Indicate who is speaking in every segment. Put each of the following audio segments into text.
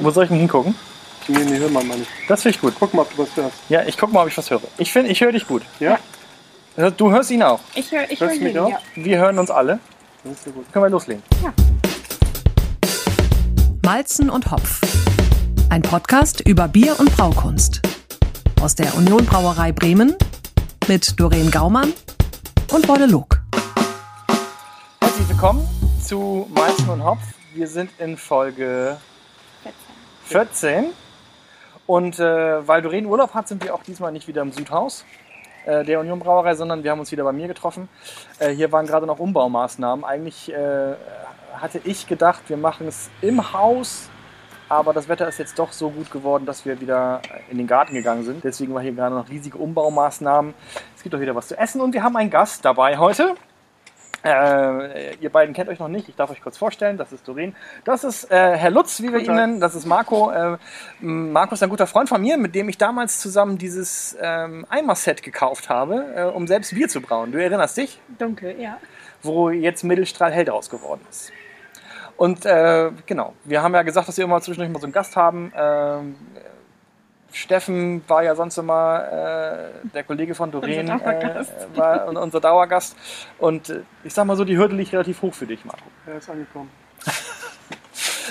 Speaker 1: Wo soll ich denn hingucken?
Speaker 2: Nee, nee, hör mal, Mann.
Speaker 1: Das finde ich gut.
Speaker 2: Guck mal, ob du was hörst.
Speaker 1: Ja, ich gucke mal, ob ich was höre. Ich finde, ich höre dich gut. Also,
Speaker 2: Ja?
Speaker 1: Du hörst ihn auch. ne?
Speaker 3: Ich höre ich hör
Speaker 2: Hörst du
Speaker 3: ihn,
Speaker 2: mich auch?
Speaker 3: ja.
Speaker 1: Wir hören uns alle.
Speaker 2: Das ist ja gut.
Speaker 1: Können wir loslegen.
Speaker 4: Malzen und Hopf. Ein Podcast über Bier und Braukunst. Aus der Union Brauerei Bremen mit Doreen Gaumann und Bolle Luck.
Speaker 1: Herzlich willkommen zu Meißen und Hopf. Wir sind in Folge 14. Und äh, weil Doreen Urlaub hat, sind wir auch diesmal nicht wieder im Südhaus äh, der Union Brauerei, sondern wir haben uns wieder bei mir getroffen. Äh, hier waren gerade noch Umbaumaßnahmen. Eigentlich äh, hatte ich gedacht, wir machen es im Haus, aber das Wetter ist jetzt doch so gut geworden, dass wir wieder in den Garten gegangen sind. Deswegen war hier gerade noch riesige Umbaumaßnahmen. Es gibt auch wieder was zu essen und wir haben einen Gast dabei heute. Äh, ihr beiden kennt euch noch nicht, ich darf euch kurz vorstellen. Das ist Doreen. Das ist äh, Herr Lutz, wie wir ihn
Speaker 2: Tag.
Speaker 1: nennen. Das ist Marco. Äh, m, Marco ist ein guter Freund von mir, mit dem ich damals zusammen dieses ähm, Eimer-Set gekauft habe, äh, um selbst Bier zu brauen. Du erinnerst dich?
Speaker 3: Dunkel, ja.
Speaker 1: wo jetzt Mittelstrahl hell draus geworden ist. Und äh, genau, wir haben ja gesagt, dass wir immer zwischendurch mal so einen Gast haben. Ähm, Steffen war ja sonst immer äh, der Kollege von Doreen,
Speaker 3: Unser
Speaker 1: äh,
Speaker 3: Dauergast.
Speaker 1: war un- unser Dauergast. Und äh, ich sag mal so, die Hürde liegt relativ hoch für dich, Marco.
Speaker 2: Er ist angekommen.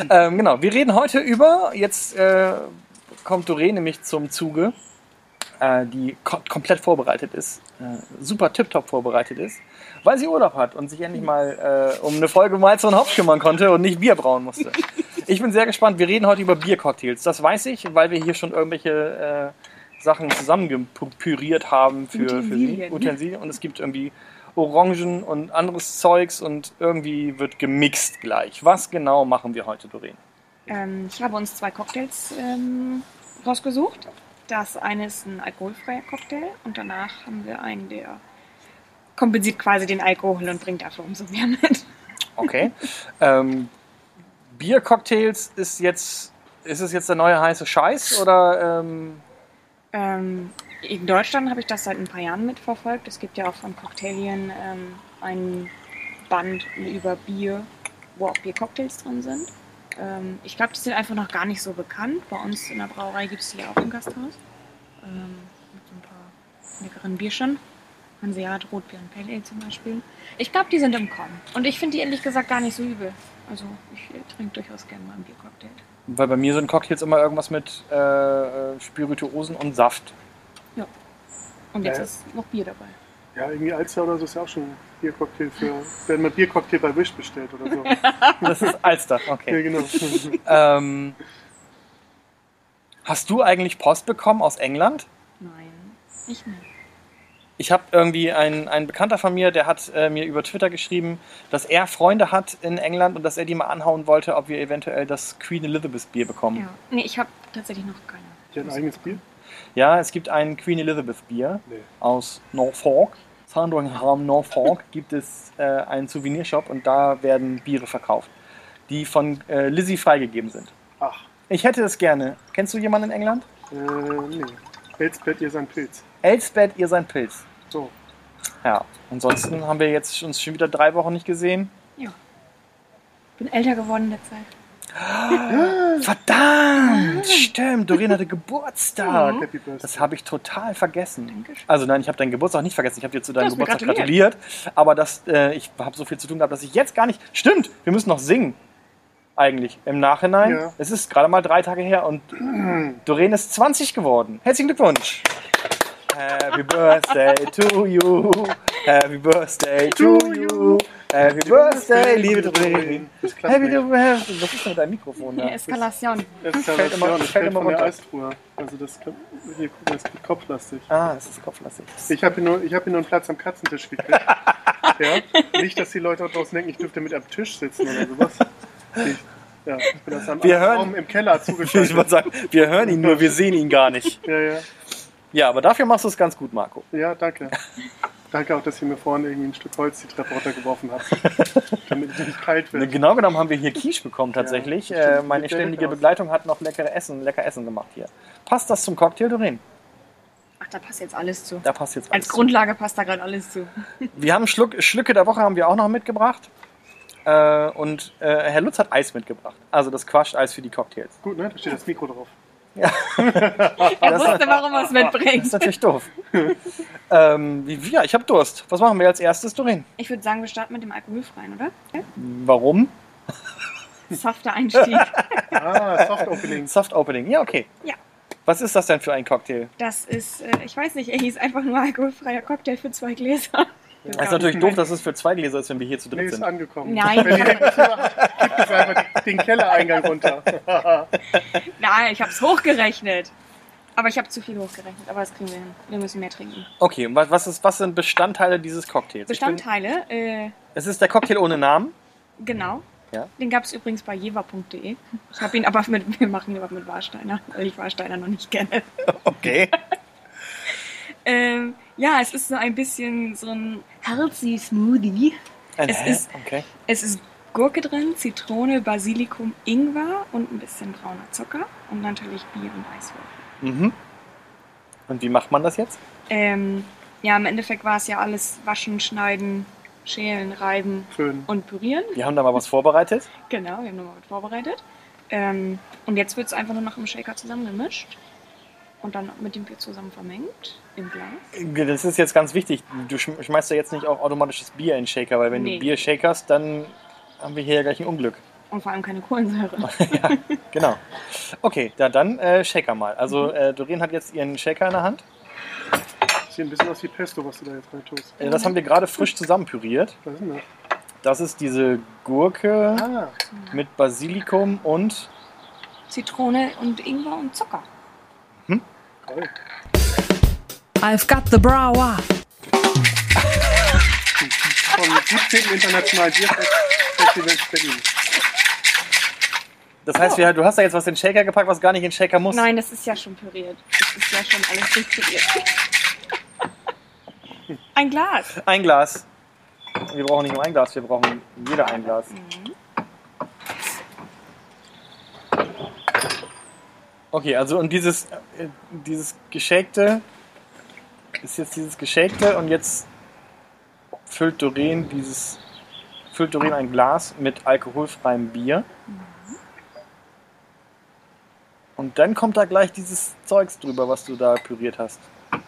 Speaker 1: Ähm, genau, wir reden heute über, jetzt äh, kommt Doreen nämlich zum Zuge, äh, die ko komplett vorbereitet ist, äh, super tiptop vorbereitet ist, weil sie Urlaub hat und sich endlich mal äh, um eine Folge Malz und Hopf kümmern konnte und nicht Bier brauen musste. Ich bin sehr gespannt, wir reden heute über Biercocktails, das weiß ich, weil wir hier schon irgendwelche äh, Sachen zusammengepüriert haben für, für sie,
Speaker 3: Utensilien.
Speaker 1: Utensilien und es gibt irgendwie Orangen und anderes Zeugs und irgendwie wird gemixt gleich. Was genau machen wir heute, Doreen?
Speaker 3: Ähm, ich habe uns zwei Cocktails ähm, rausgesucht. Das eine ist ein alkoholfreier Cocktail und danach haben wir einen, der kompensiert quasi den Alkohol und bringt dafür umso mehr mit.
Speaker 1: Okay. ähm, Biercocktails ist jetzt, ist es jetzt der neue heiße Scheiß oder ähm,
Speaker 3: Ähm, in Deutschland habe ich das seit ein paar Jahren mitverfolgt. Es gibt ja auch von Cocktailien ähm, ein Band über Bier, wo auch Biercocktails drin sind. Ähm, ich glaube, die sind einfach noch gar nicht so bekannt. Bei uns in der Brauerei gibt es die ja auch im Gasthaus. Ähm, mit so ein paar leckeren Bierchen. Hanseat, Rotbier und Pale Ale zum Beispiel. Ich glaube, die sind im Kommen. Und ich finde die ehrlich gesagt gar nicht so übel. Also ich äh, trinke durchaus gerne mal einen Biercocktail.
Speaker 1: weil bei mir sind Cocktails immer irgendwas mit äh, Spirituosen und Saft.
Speaker 3: Und jetzt
Speaker 2: Ja.
Speaker 3: ist noch Bier dabei.
Speaker 2: Ja, irgendwie Alster oder so ist ja auch schon ein Biercocktail für. Wenn man Biercocktail bei Wish bestellt oder so. ja,
Speaker 1: Das ist Alster, okay.
Speaker 2: genau. Ich
Speaker 1: Ähm, hast du eigentlich Post bekommen aus England?
Speaker 3: Nein, nicht mehr.
Speaker 1: Ich habe irgendwie ein, ein Bekannter von mir, der hat äh, mir über Twitter geschrieben, dass er Freunde hat in England und dass er die mal anhauen wollte, ob wir eventuell das Queen Elizabeth Bier bekommen.
Speaker 3: Ja, nee, ich habe tatsächlich noch keine.
Speaker 2: ein eigenes Bier?
Speaker 1: Ja, es gibt ein Queen Elizabeth Bier
Speaker 2: Nee.
Speaker 1: aus Norfolk. Sandringham, Norfolk gibt es äh, einen Souvenirshop und da werden Biere verkauft, die von äh, Lizzie freigegeben sind.
Speaker 2: Ach,
Speaker 1: Ich hätte es gerne. Kennst du jemanden in England?
Speaker 2: äh, nee. Elsbett, ihr seid Pilz.
Speaker 1: Elsbeth, ihr sein Pilz.
Speaker 2: So.
Speaker 1: Ja, ansonsten haben wir jetzt uns schon wieder drei Wochen nicht gesehen.
Speaker 3: Ja. Bin älter geworden in der Zeit.
Speaker 1: Verdammt, stimmt, Doreen hatte Geburtstag.
Speaker 2: Ah, Happy Birthday.
Speaker 1: Mhm. Das habe ich total vergessen.
Speaker 3: Dankeschön.
Speaker 1: Also nein, ich habe deinen Geburtstag nicht vergessen. Ich habe dir zu deinem
Speaker 3: Du hast mir
Speaker 1: Geburtstag gratuliert. Aber das, äh, ich habe so viel zu tun gehabt, dass ich jetzt gar nicht. Stimmt, wir müssen noch singen. Eigentlich. Im Nachhinein.
Speaker 2: Ja.
Speaker 1: Es ist gerade mal drei Tage her und Doreen ist 20 geworden. Herzlichen Glückwunsch. Happy Birthday to you. Happy Birthday to you. Happy Birthday, liebe Doreen.
Speaker 2: Das klappt
Speaker 1: Happy
Speaker 2: nicht.
Speaker 1: Birthday. Was ist denn mit deinem Mikrofon? da?
Speaker 3: Ja, Eskalation.
Speaker 2: Das ist ja
Speaker 1: Fällt
Speaker 2: das
Speaker 1: immer-
Speaker 2: Jahr, das
Speaker 1: fällt
Speaker 2: fällt
Speaker 1: immer
Speaker 2: von der
Speaker 1: runter.
Speaker 2: Eistruhe. Also das, kann- hier, guck mal, das ist kopflastig.
Speaker 1: Ah, es ist kopflastig.
Speaker 2: Ich habe hier, nur- ich hab hier nur einen Platz am Katzentisch gekriegt. ja? Nicht, dass die Leute auch draußen denken, ich dürfte mit am Tisch sitzen oder sowas. Ich, ja, ich bin aus einem
Speaker 1: Wir
Speaker 2: anderen
Speaker 1: hören-
Speaker 2: Raum im Keller
Speaker 1: Ich wollte
Speaker 2: zugeschaltet.
Speaker 1: sagen, wir hören ihn nur, wir sehen ihn gar nicht.
Speaker 2: Ja, ja,
Speaker 1: Ja, aber dafür machst du es ganz gut, Marco.
Speaker 2: ja, danke. Danke auch, dass ihr mir vorne irgendwie ein Stück Holz die Treppe runtergeworfen habt, damit es nicht kalt wird.
Speaker 1: Genau genommen haben wir hier Quiche bekommen tatsächlich.
Speaker 2: Ja, stimmt,
Speaker 1: äh, meine
Speaker 2: sieht sehr
Speaker 1: ständige
Speaker 2: lecker aus.
Speaker 1: Begleitung hat noch leckere Essen, lecker Essen gemacht hier. Passt das zum Cocktail, Doreen?
Speaker 3: Ach, da passt jetzt alles zu.
Speaker 1: Da passt jetzt alles.
Speaker 3: Als Grundlage passt da gerade alles zu.
Speaker 1: zu. Wir haben Schluck, Schlücke der Woche haben wir auch noch mitgebracht. Äh, und äh, Herr Lutz hat Eis mitgebracht. Also das Quatsch-Eis für die Cocktails.
Speaker 2: Gut, ne? Da steht das Mikro drauf.
Speaker 3: Er
Speaker 1: Das-
Speaker 3: wusste, warum er
Speaker 1: Das ist
Speaker 3: es mitbringt.
Speaker 1: natürlich doof. ähm, wie- ja, ich habe Durst. Was machen wir als erstes, Doreen?
Speaker 3: Ich würde sagen, wir starten mit dem Alkoholfreien, oder?
Speaker 1: Warum? Hm.
Speaker 3: Safter Einstieg.
Speaker 2: Ah, Soft Opening.
Speaker 1: Soft Opening. Ja, okay.
Speaker 3: Ja.
Speaker 1: Was ist das denn für ein Cocktail?
Speaker 3: Das ist, äh, ich weiß nicht, er hieß einfach nur alkoholfreier Cocktail für zwei Gläser.
Speaker 1: Das ist natürlich doof, dass es für zwei Gläser ist, wenn wir hier zu
Speaker 2: Nee,
Speaker 1: dritt
Speaker 2: ist
Speaker 1: sind.
Speaker 2: angekommen.
Speaker 3: Nein.
Speaker 2: Wenn ihr den Besucher habt, gibt es einfach den Kellereingang runter.
Speaker 3: Nein, ich habe es hochgerechnet. Aber ich habe zu viel hochgerechnet, aber das kriegen wir hin. Wir müssen mehr trinken.
Speaker 1: Okay, und was, was, ist, was sind Bestandteile dieses Cocktails? Ich bin-
Speaker 3: Bestandteile, äh,
Speaker 1: Es ist der Cocktail ohne Namen.
Speaker 3: genau.
Speaker 1: Ja.
Speaker 3: Den gab es übrigens bei jever.de. Ich habe ihn aber mit, wir machen ihn aber mit Warsteiner, weil ich Warsteiner noch nicht kenne.
Speaker 1: Okay.
Speaker 3: Ähm, ja, es ist so ein bisschen so ein healthy Smoothie.
Speaker 1: Ein
Speaker 3: Es
Speaker 1: Äh, Hä?
Speaker 3: ist-
Speaker 1: okay.
Speaker 3: Es ist Gurke drin, Zitrone, Basilikum, Ingwer und ein bisschen brauner Zucker und natürlich Bier und Eiswürfel.
Speaker 1: Mhm. Und wie macht man das jetzt?
Speaker 3: Ähm, ja, im Endeffekt war es ja alles waschen, schneiden, schälen, reiben
Speaker 2: Schön.
Speaker 3: und pürieren.
Speaker 1: Wir haben da mal was vorbereitet.
Speaker 3: Genau, wir haben nochmal was vorbereitet. Ähm, und jetzt wird es einfach nur noch im Shaker zusammengemischt und dann mit dem Bier zusammen vermengt im Glas.
Speaker 1: Das ist jetzt ganz wichtig. Du schm- schmeißt ja jetzt nicht auch automatisches Bier in den Shaker, weil wenn
Speaker 3: Nee.
Speaker 1: du Bier shakerst, dann haben wir hier ja gleich ein Unglück.
Speaker 3: Und vor allem keine Kohlensäure.
Speaker 1: Genau. Okay, da dann äh, Shaker mal. Also
Speaker 3: Mhm.
Speaker 1: äh, Doreen hat jetzt ihren Shaker in der Hand.
Speaker 2: Sieht ein bisschen aus wie Pesto, was du da jetzt rein tust.
Speaker 1: Äh,
Speaker 3: Mhm.
Speaker 1: das haben wir gerade frisch zusammenpüriert.
Speaker 2: Was ist denn das?
Speaker 1: Das ist diese Gurke
Speaker 2: Ah,
Speaker 1: mit Basilikum und
Speaker 3: Zitrone und Ingwer und Zucker.
Speaker 2: geil.
Speaker 4: I've got the Brower.
Speaker 2: Vom 17. Internationalen Bierfestival in Berlin.
Speaker 1: das heißt, wir, du hast da jetzt was in den Shaker gepackt, was gar nicht in den Shaker muss.
Speaker 3: Nein, das ist ja schon püriert. Das ist ja schon alles durchpüriert. Ein Glas.
Speaker 1: Ein Glas. Wir brauchen nicht nur ein Glas, wir brauchen jeder ein Glas. Okay, also und dieses, äh, dieses geschäkte ist jetzt dieses geschäkte und jetzt füllt Doreen dieses füllt Doreen ein Glas mit alkoholfreiem Bier. Und dann kommt da gleich dieses Zeugs drüber, was du da püriert hast.
Speaker 3: Das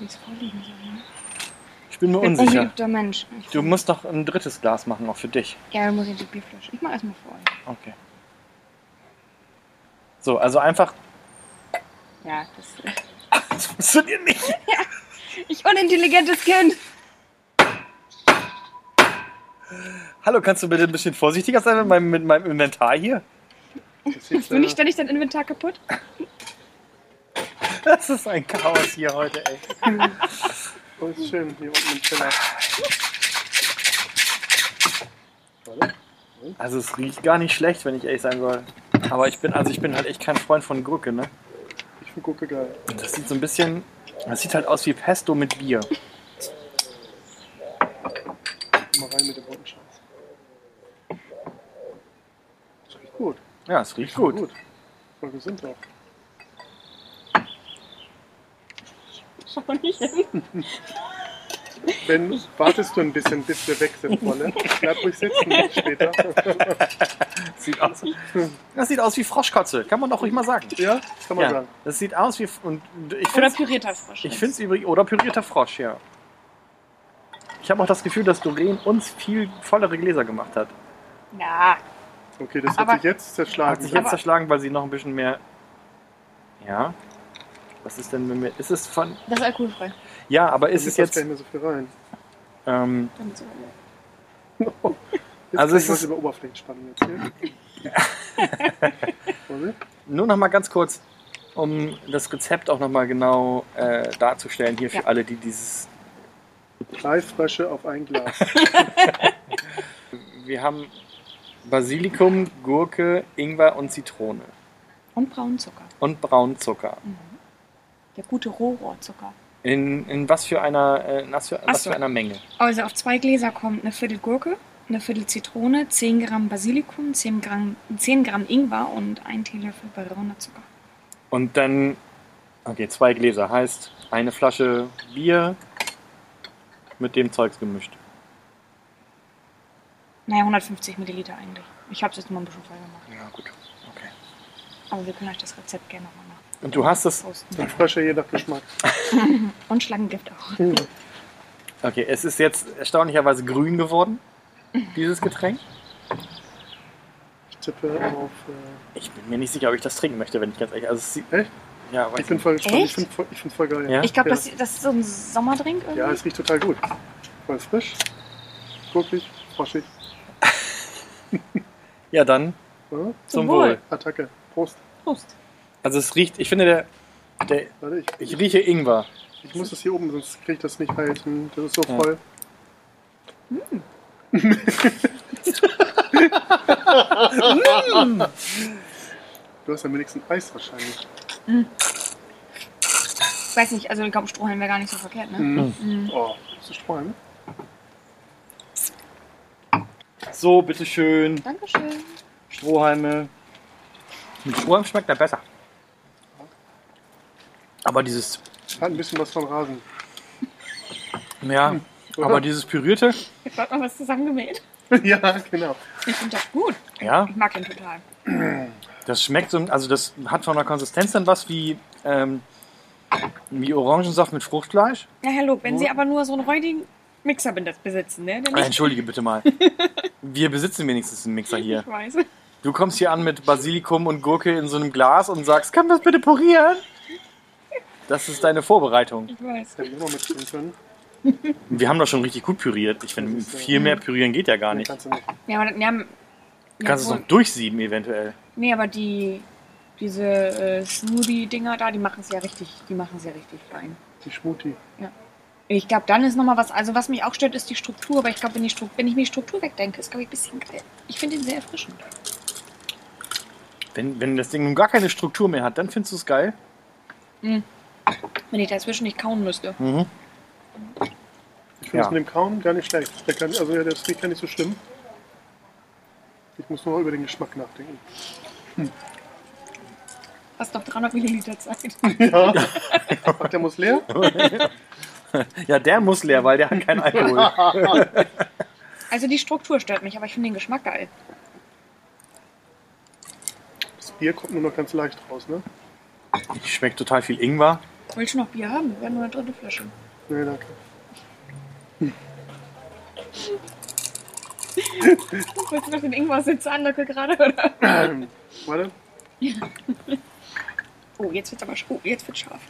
Speaker 3: hätte ich vorliegen sollen.
Speaker 1: Ich bin mir
Speaker 3: Ich bin
Speaker 1: unsicher.
Speaker 3: ungeübter Mensch. Ich
Speaker 1: Du musst noch ein drittes Glas machen, auch für dich.
Speaker 3: Ja, dann muss ich die Bierflasche. Ich mach erstmal vor.
Speaker 1: Okay. So, also einfach.
Speaker 3: Ja, das
Speaker 1: Das funktioniert nicht.
Speaker 3: Ich unintelligentes Kind.
Speaker 1: Hallo, kannst du bitte ein bisschen vorsichtiger sein mit meinem, mit meinem Inventar hier?
Speaker 2: Das ist,
Speaker 3: Bin ich
Speaker 2: äh,
Speaker 3: ständig dein Inventar kaputt?
Speaker 1: Das ist ein Chaos hier heute, ey.
Speaker 2: oh, ist schön, hier unten im Keller.
Speaker 1: Also es riecht gar nicht schlecht, wenn ich ehrlich sein soll. Aber ich bin, also ich bin halt echt kein Freund von Gurke, ne?
Speaker 2: Ich finde Gurke geil.
Speaker 1: Das sieht so ein bisschen. Das sieht halt aus wie Pesto mit Bier.
Speaker 2: Mal rein mit dem roten Scheiß. Das riecht gut.
Speaker 1: Ja, es riecht gut.
Speaker 2: Gut. Voll gesund auch.
Speaker 3: Schon nicht hin.
Speaker 2: Wenn wartest du ein bisschen, bis wir weg sind, Wolle. Bleib ruhig sitzen später.
Speaker 1: Sieht aus, das sieht aus wie Froschkotze, kann man doch ruhig mal sagen.
Speaker 2: Ja, kann man
Speaker 1: Ja,
Speaker 2: sagen.
Speaker 1: das sieht aus wie. Und ich finde
Speaker 3: Oder pürierter Frosch.
Speaker 1: Ich finde es übrigens, oder pürierter Frosch, ja. Ich habe auch das Gefühl, dass Doreen uns viel vollere Gläser gemacht hat.
Speaker 3: Na,
Speaker 2: Okay, das
Speaker 3: Aber-
Speaker 2: hat sich jetzt
Speaker 1: Hat
Speaker 2: zerschlagen.
Speaker 1: sich jetzt
Speaker 3: Aber-
Speaker 1: zerschlagen, weil sie noch ein bisschen mehr. Ja. Was ist denn, wenn wir. Ist es von.
Speaker 3: das ist alkoholfrei.
Speaker 1: Ja, aber
Speaker 2: Da
Speaker 1: ist es
Speaker 2: passt gar
Speaker 1: jetzt.
Speaker 2: nicht mehr so viel rein.
Speaker 1: Ähm,
Speaker 3: Damit so.
Speaker 2: Jetzt
Speaker 1: Also
Speaker 2: kann
Speaker 1: es
Speaker 2: ich was
Speaker 1: ist-
Speaker 2: über Oberflächenspannung erzählen. Wolle?
Speaker 1: nur noch mal ganz kurz, um das Rezept auch noch mal genau äh, darzustellen, hier für
Speaker 3: Ja.
Speaker 1: alle, die dieses.
Speaker 2: Drei Frösche auf ein Glas.
Speaker 1: Wir haben Basilikum, Gurke, Ingwer und Zitrone.
Speaker 3: Und braunen Zucker.
Speaker 1: Und braunen Zucker.
Speaker 3: Mhm. Der gute Rohrohrzucker.
Speaker 1: In, in was für einer, äh, in was für, was
Speaker 3: so.
Speaker 1: für einer Menge?
Speaker 3: Also auf zwei Gläser kommt eine Viertel Gurke, eine Viertel Zitrone, 10 Gramm Basilikum, 10 Gramm, 10 Gramm Ingwer und ein Teelöffel brauner Zucker.
Speaker 1: Und dann, okay, zwei Gläser heißt eine Flasche Bier mit dem Zeugs gemischt.
Speaker 3: Naja, 150 Milliliter eigentlich. Ich habe es jetzt mal ein bisschen voll gemacht.
Speaker 1: Ja, gut. Okay.
Speaker 3: Aber wir können euch das Rezept gerne nochmal machen.
Speaker 1: Und du hast es.
Speaker 2: Ein
Speaker 3: Posten.
Speaker 2: frischer je nach Geschmack.
Speaker 3: Und Schlangengift auch.
Speaker 1: Okay, es ist jetzt erstaunlicherweise grün geworden, dieses Getränk.
Speaker 2: Ich tippe auf. Äh,
Speaker 1: Ich bin mir nicht sicher, ob ich das trinken möchte, wenn ich ganz ehrlich. Also, es sieht,
Speaker 2: Echt?
Speaker 1: Ja, weiß
Speaker 2: ich bin voll gespannt.
Speaker 3: Echt?
Speaker 2: Ich finde ich find's voll geil.
Speaker 1: Ja?
Speaker 3: Ich glaube,
Speaker 2: Ja.
Speaker 3: das, das ist so ein Sommerdrink irgendwie.
Speaker 2: Ja, es riecht total gut. Voll frisch, gurkig, froschig.
Speaker 1: ja, dann
Speaker 2: Ja?
Speaker 1: zum
Speaker 3: Zum
Speaker 1: Wohl.
Speaker 3: Wohl.
Speaker 2: Attacke. Prost.
Speaker 3: Prost.
Speaker 1: Also es riecht, ich finde, der, der
Speaker 2: Warte, ich,
Speaker 1: ich rieche Ingwer.
Speaker 2: ich muss das hier oben, sonst kriege ich das nicht halten. Das ist so
Speaker 1: Ja.
Speaker 2: voll.
Speaker 3: Hm.
Speaker 2: du hast am wenigsten Eis wahrscheinlich.
Speaker 3: Ich weiß nicht, also ich glaube, Strohhalm wäre gar nicht so verkehrt, ne?
Speaker 2: Mhm.
Speaker 3: Mhm.
Speaker 2: Oh, das ist Sträume.
Speaker 1: So, bitteschön,
Speaker 3: Dankeschön.
Speaker 1: Strohhalme. Mit Strohhalm schmeckt er besser. Aber dieses,
Speaker 2: Hat ein bisschen was von Rasen.
Speaker 1: ja,
Speaker 2: oder?
Speaker 1: aber dieses Pürierte,
Speaker 3: Jetzt hat man was zusammengemäht.
Speaker 2: ja, genau.
Speaker 3: Ich finde das gut.
Speaker 1: ja,
Speaker 3: Ich mag den total.
Speaker 1: das schmeckt so, also das hat von der Konsistenz dann was wie, ähm, wie Orangensaft mit Fruchtfleisch.
Speaker 3: Na, Herr Log, wenn Sie aber nur so einen räudigen Mixer besitzen, ne? Der
Speaker 1: Äh,
Speaker 3: nicht
Speaker 1: entschuldige bitte mal. Wir besitzen wenigstens einen Mixer hier.
Speaker 3: ich weiß.
Speaker 1: Du kommst hier an mit Basilikum und Gurke in so einem Glas und sagst, kann das bitte purieren? Das ist deine Vorbereitung.
Speaker 3: Ich weiß.
Speaker 2: Hätte ich immer mitziehen können.
Speaker 1: Wir haben doch schon richtig gut püriert. Ich finde, viel mehr pürieren geht ja gar
Speaker 2: Nee,
Speaker 1: nicht.
Speaker 2: kannst du nicht.
Speaker 3: Ja, aber, ja, m-
Speaker 1: Du
Speaker 3: ja,
Speaker 1: kannst es
Speaker 3: wohl.
Speaker 1: noch durchsieben eventuell.
Speaker 3: Nee, aber die, diese äh, Smoothie-Dinger da, die machen es ja richtig, die machen es ja richtig fein.
Speaker 2: Die Schmuti.
Speaker 3: Ich glaube, dann ist nochmal was, also was mich auch stört, ist die Struktur, aber ich glaube, wenn, die Stru- wenn ich mir die Struktur wegdenke, ist, glaube ich, ein bisschen geil. Ich finde ihn sehr erfrischend.
Speaker 1: Wenn, wenn das Ding nun gar keine Struktur mehr hat, dann findest du es geil.
Speaker 3: Wenn ich dazwischen nicht kauen müsste.
Speaker 1: Mhm.
Speaker 2: Ich
Speaker 1: Ja.
Speaker 2: finde es mit dem Kauen gar nicht schlecht. Der kann, also ja, das riecht gar nicht so schlimm. Ich muss nur über den Geschmack nachdenken.
Speaker 3: Hast noch 300 Milliliter Zeit.
Speaker 2: Ja. Ach, der muss leer?
Speaker 1: Ja, der muss leer, weil der hat keinen Alkohol.
Speaker 3: Also die Struktur stört mich, aber ich finde den Geschmack geil.
Speaker 2: Das Bier kommt nur noch ganz leicht raus, ne?
Speaker 1: Schmeckt total viel Ingwer.
Speaker 3: Willst du noch Bier haben? Wir haben nur eine dritte Flasche.
Speaker 2: Nee, danke.
Speaker 3: Willst du noch den Ingwer sitzt an, Lücke gerade, oder?
Speaker 2: Warte.
Speaker 3: Oh, jetzt wird's aber sch- oh, jetzt wird's scharf.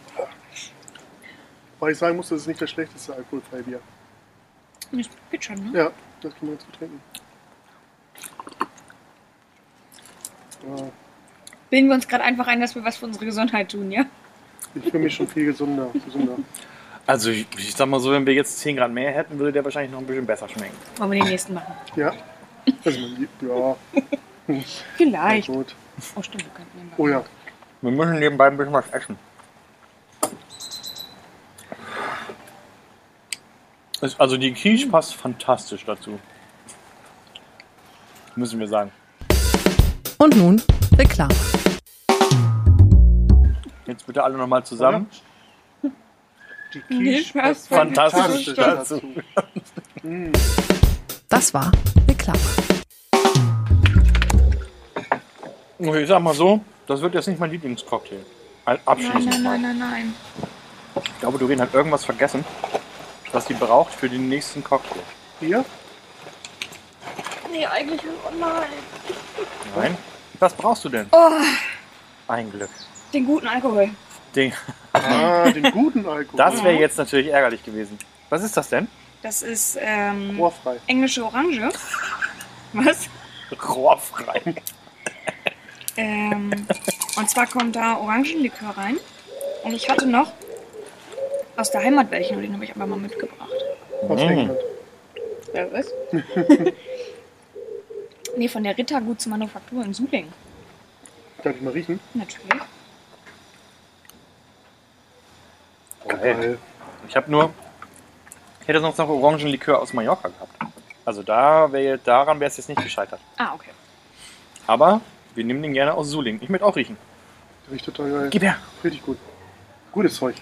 Speaker 2: Weil ich sagen muss, das ist nicht das schlechteste alkoholfreie Bier.
Speaker 3: Das geht schon, ne?
Speaker 2: Ja, das kann man jetzt gut trinken. Ja,
Speaker 3: Bilden wir uns gerade einfach ein, dass wir was für unsere Gesundheit tun, ja?
Speaker 2: ich fühle mich schon viel gesünder. gesünder.
Speaker 1: Also ich, ich sag mal so, wenn wir jetzt 10 Grad mehr hätten, würde der wahrscheinlich noch ein bisschen besser schmecken.
Speaker 3: Wollen wir den nächsten machen?
Speaker 2: Ja. Also man liebt, ja, na
Speaker 3: Vielleicht.
Speaker 2: gut.
Speaker 3: Oh, stimmt, wir könnten den
Speaker 2: Oh ja,
Speaker 1: Wir müssen nebenbei ein bisschen was essen. Es- Also die Quiche passt fantastisch dazu. Müssen wir sagen.
Speaker 4: Und nun Reklame.
Speaker 1: Jetzt bitte alle nochmal zusammen.
Speaker 2: die
Speaker 3: Nee,
Speaker 2: Quiche
Speaker 3: passt
Speaker 1: fantastisch
Speaker 2: dazu.
Speaker 4: Das war Reklame.
Speaker 1: Okay, Ich sag mal so, das wird jetzt nicht mein Lieblingscocktail. Al-
Speaker 3: Nein,
Speaker 1: Abschließend
Speaker 3: nein,
Speaker 1: mal.
Speaker 3: nein, nein, nein.
Speaker 1: Ich glaube, Doreen hat irgendwas vergessen, was sie braucht für den nächsten Cocktail.
Speaker 2: Bier?
Speaker 3: Nee, eigentlich, oh nein.
Speaker 1: Nein? Was brauchst du denn?
Speaker 3: Oh,
Speaker 1: Ein Glück.
Speaker 3: den guten Alkohol.
Speaker 1: Den-
Speaker 2: Ah, den guten Alkohol.
Speaker 1: Das wäre jetzt natürlich ärgerlich gewesen. Was ist das denn?
Speaker 3: Das ist ähm,
Speaker 2: Rohrfrei.
Speaker 3: englische Orange. Was?
Speaker 1: Rohrfrei.
Speaker 3: Ähm, und zwar kommt da Orangenlikör rein. Und ich hatte noch aus der Heimat welchen und den habe ich aber mal mitgebracht.
Speaker 2: Aus
Speaker 1: Mm.
Speaker 2: England.
Speaker 3: Ja, was? nee, von der Rittergutsmanufaktur in Suling.
Speaker 2: Darf ich mal riechen?
Speaker 3: Natürlich.
Speaker 1: Geil. Ich habe nur. Ich hätte sonst noch Orangenlikör aus Mallorca gehabt. Also da wär, daran wäre es jetzt nicht gescheitert.
Speaker 3: Ah, okay.
Speaker 1: Aber wir nehmen den gerne aus Suling. Ich möchte auch riechen.
Speaker 2: Riecht total geil.
Speaker 1: Gib her.
Speaker 2: Richtig gut. Gutes Zeug.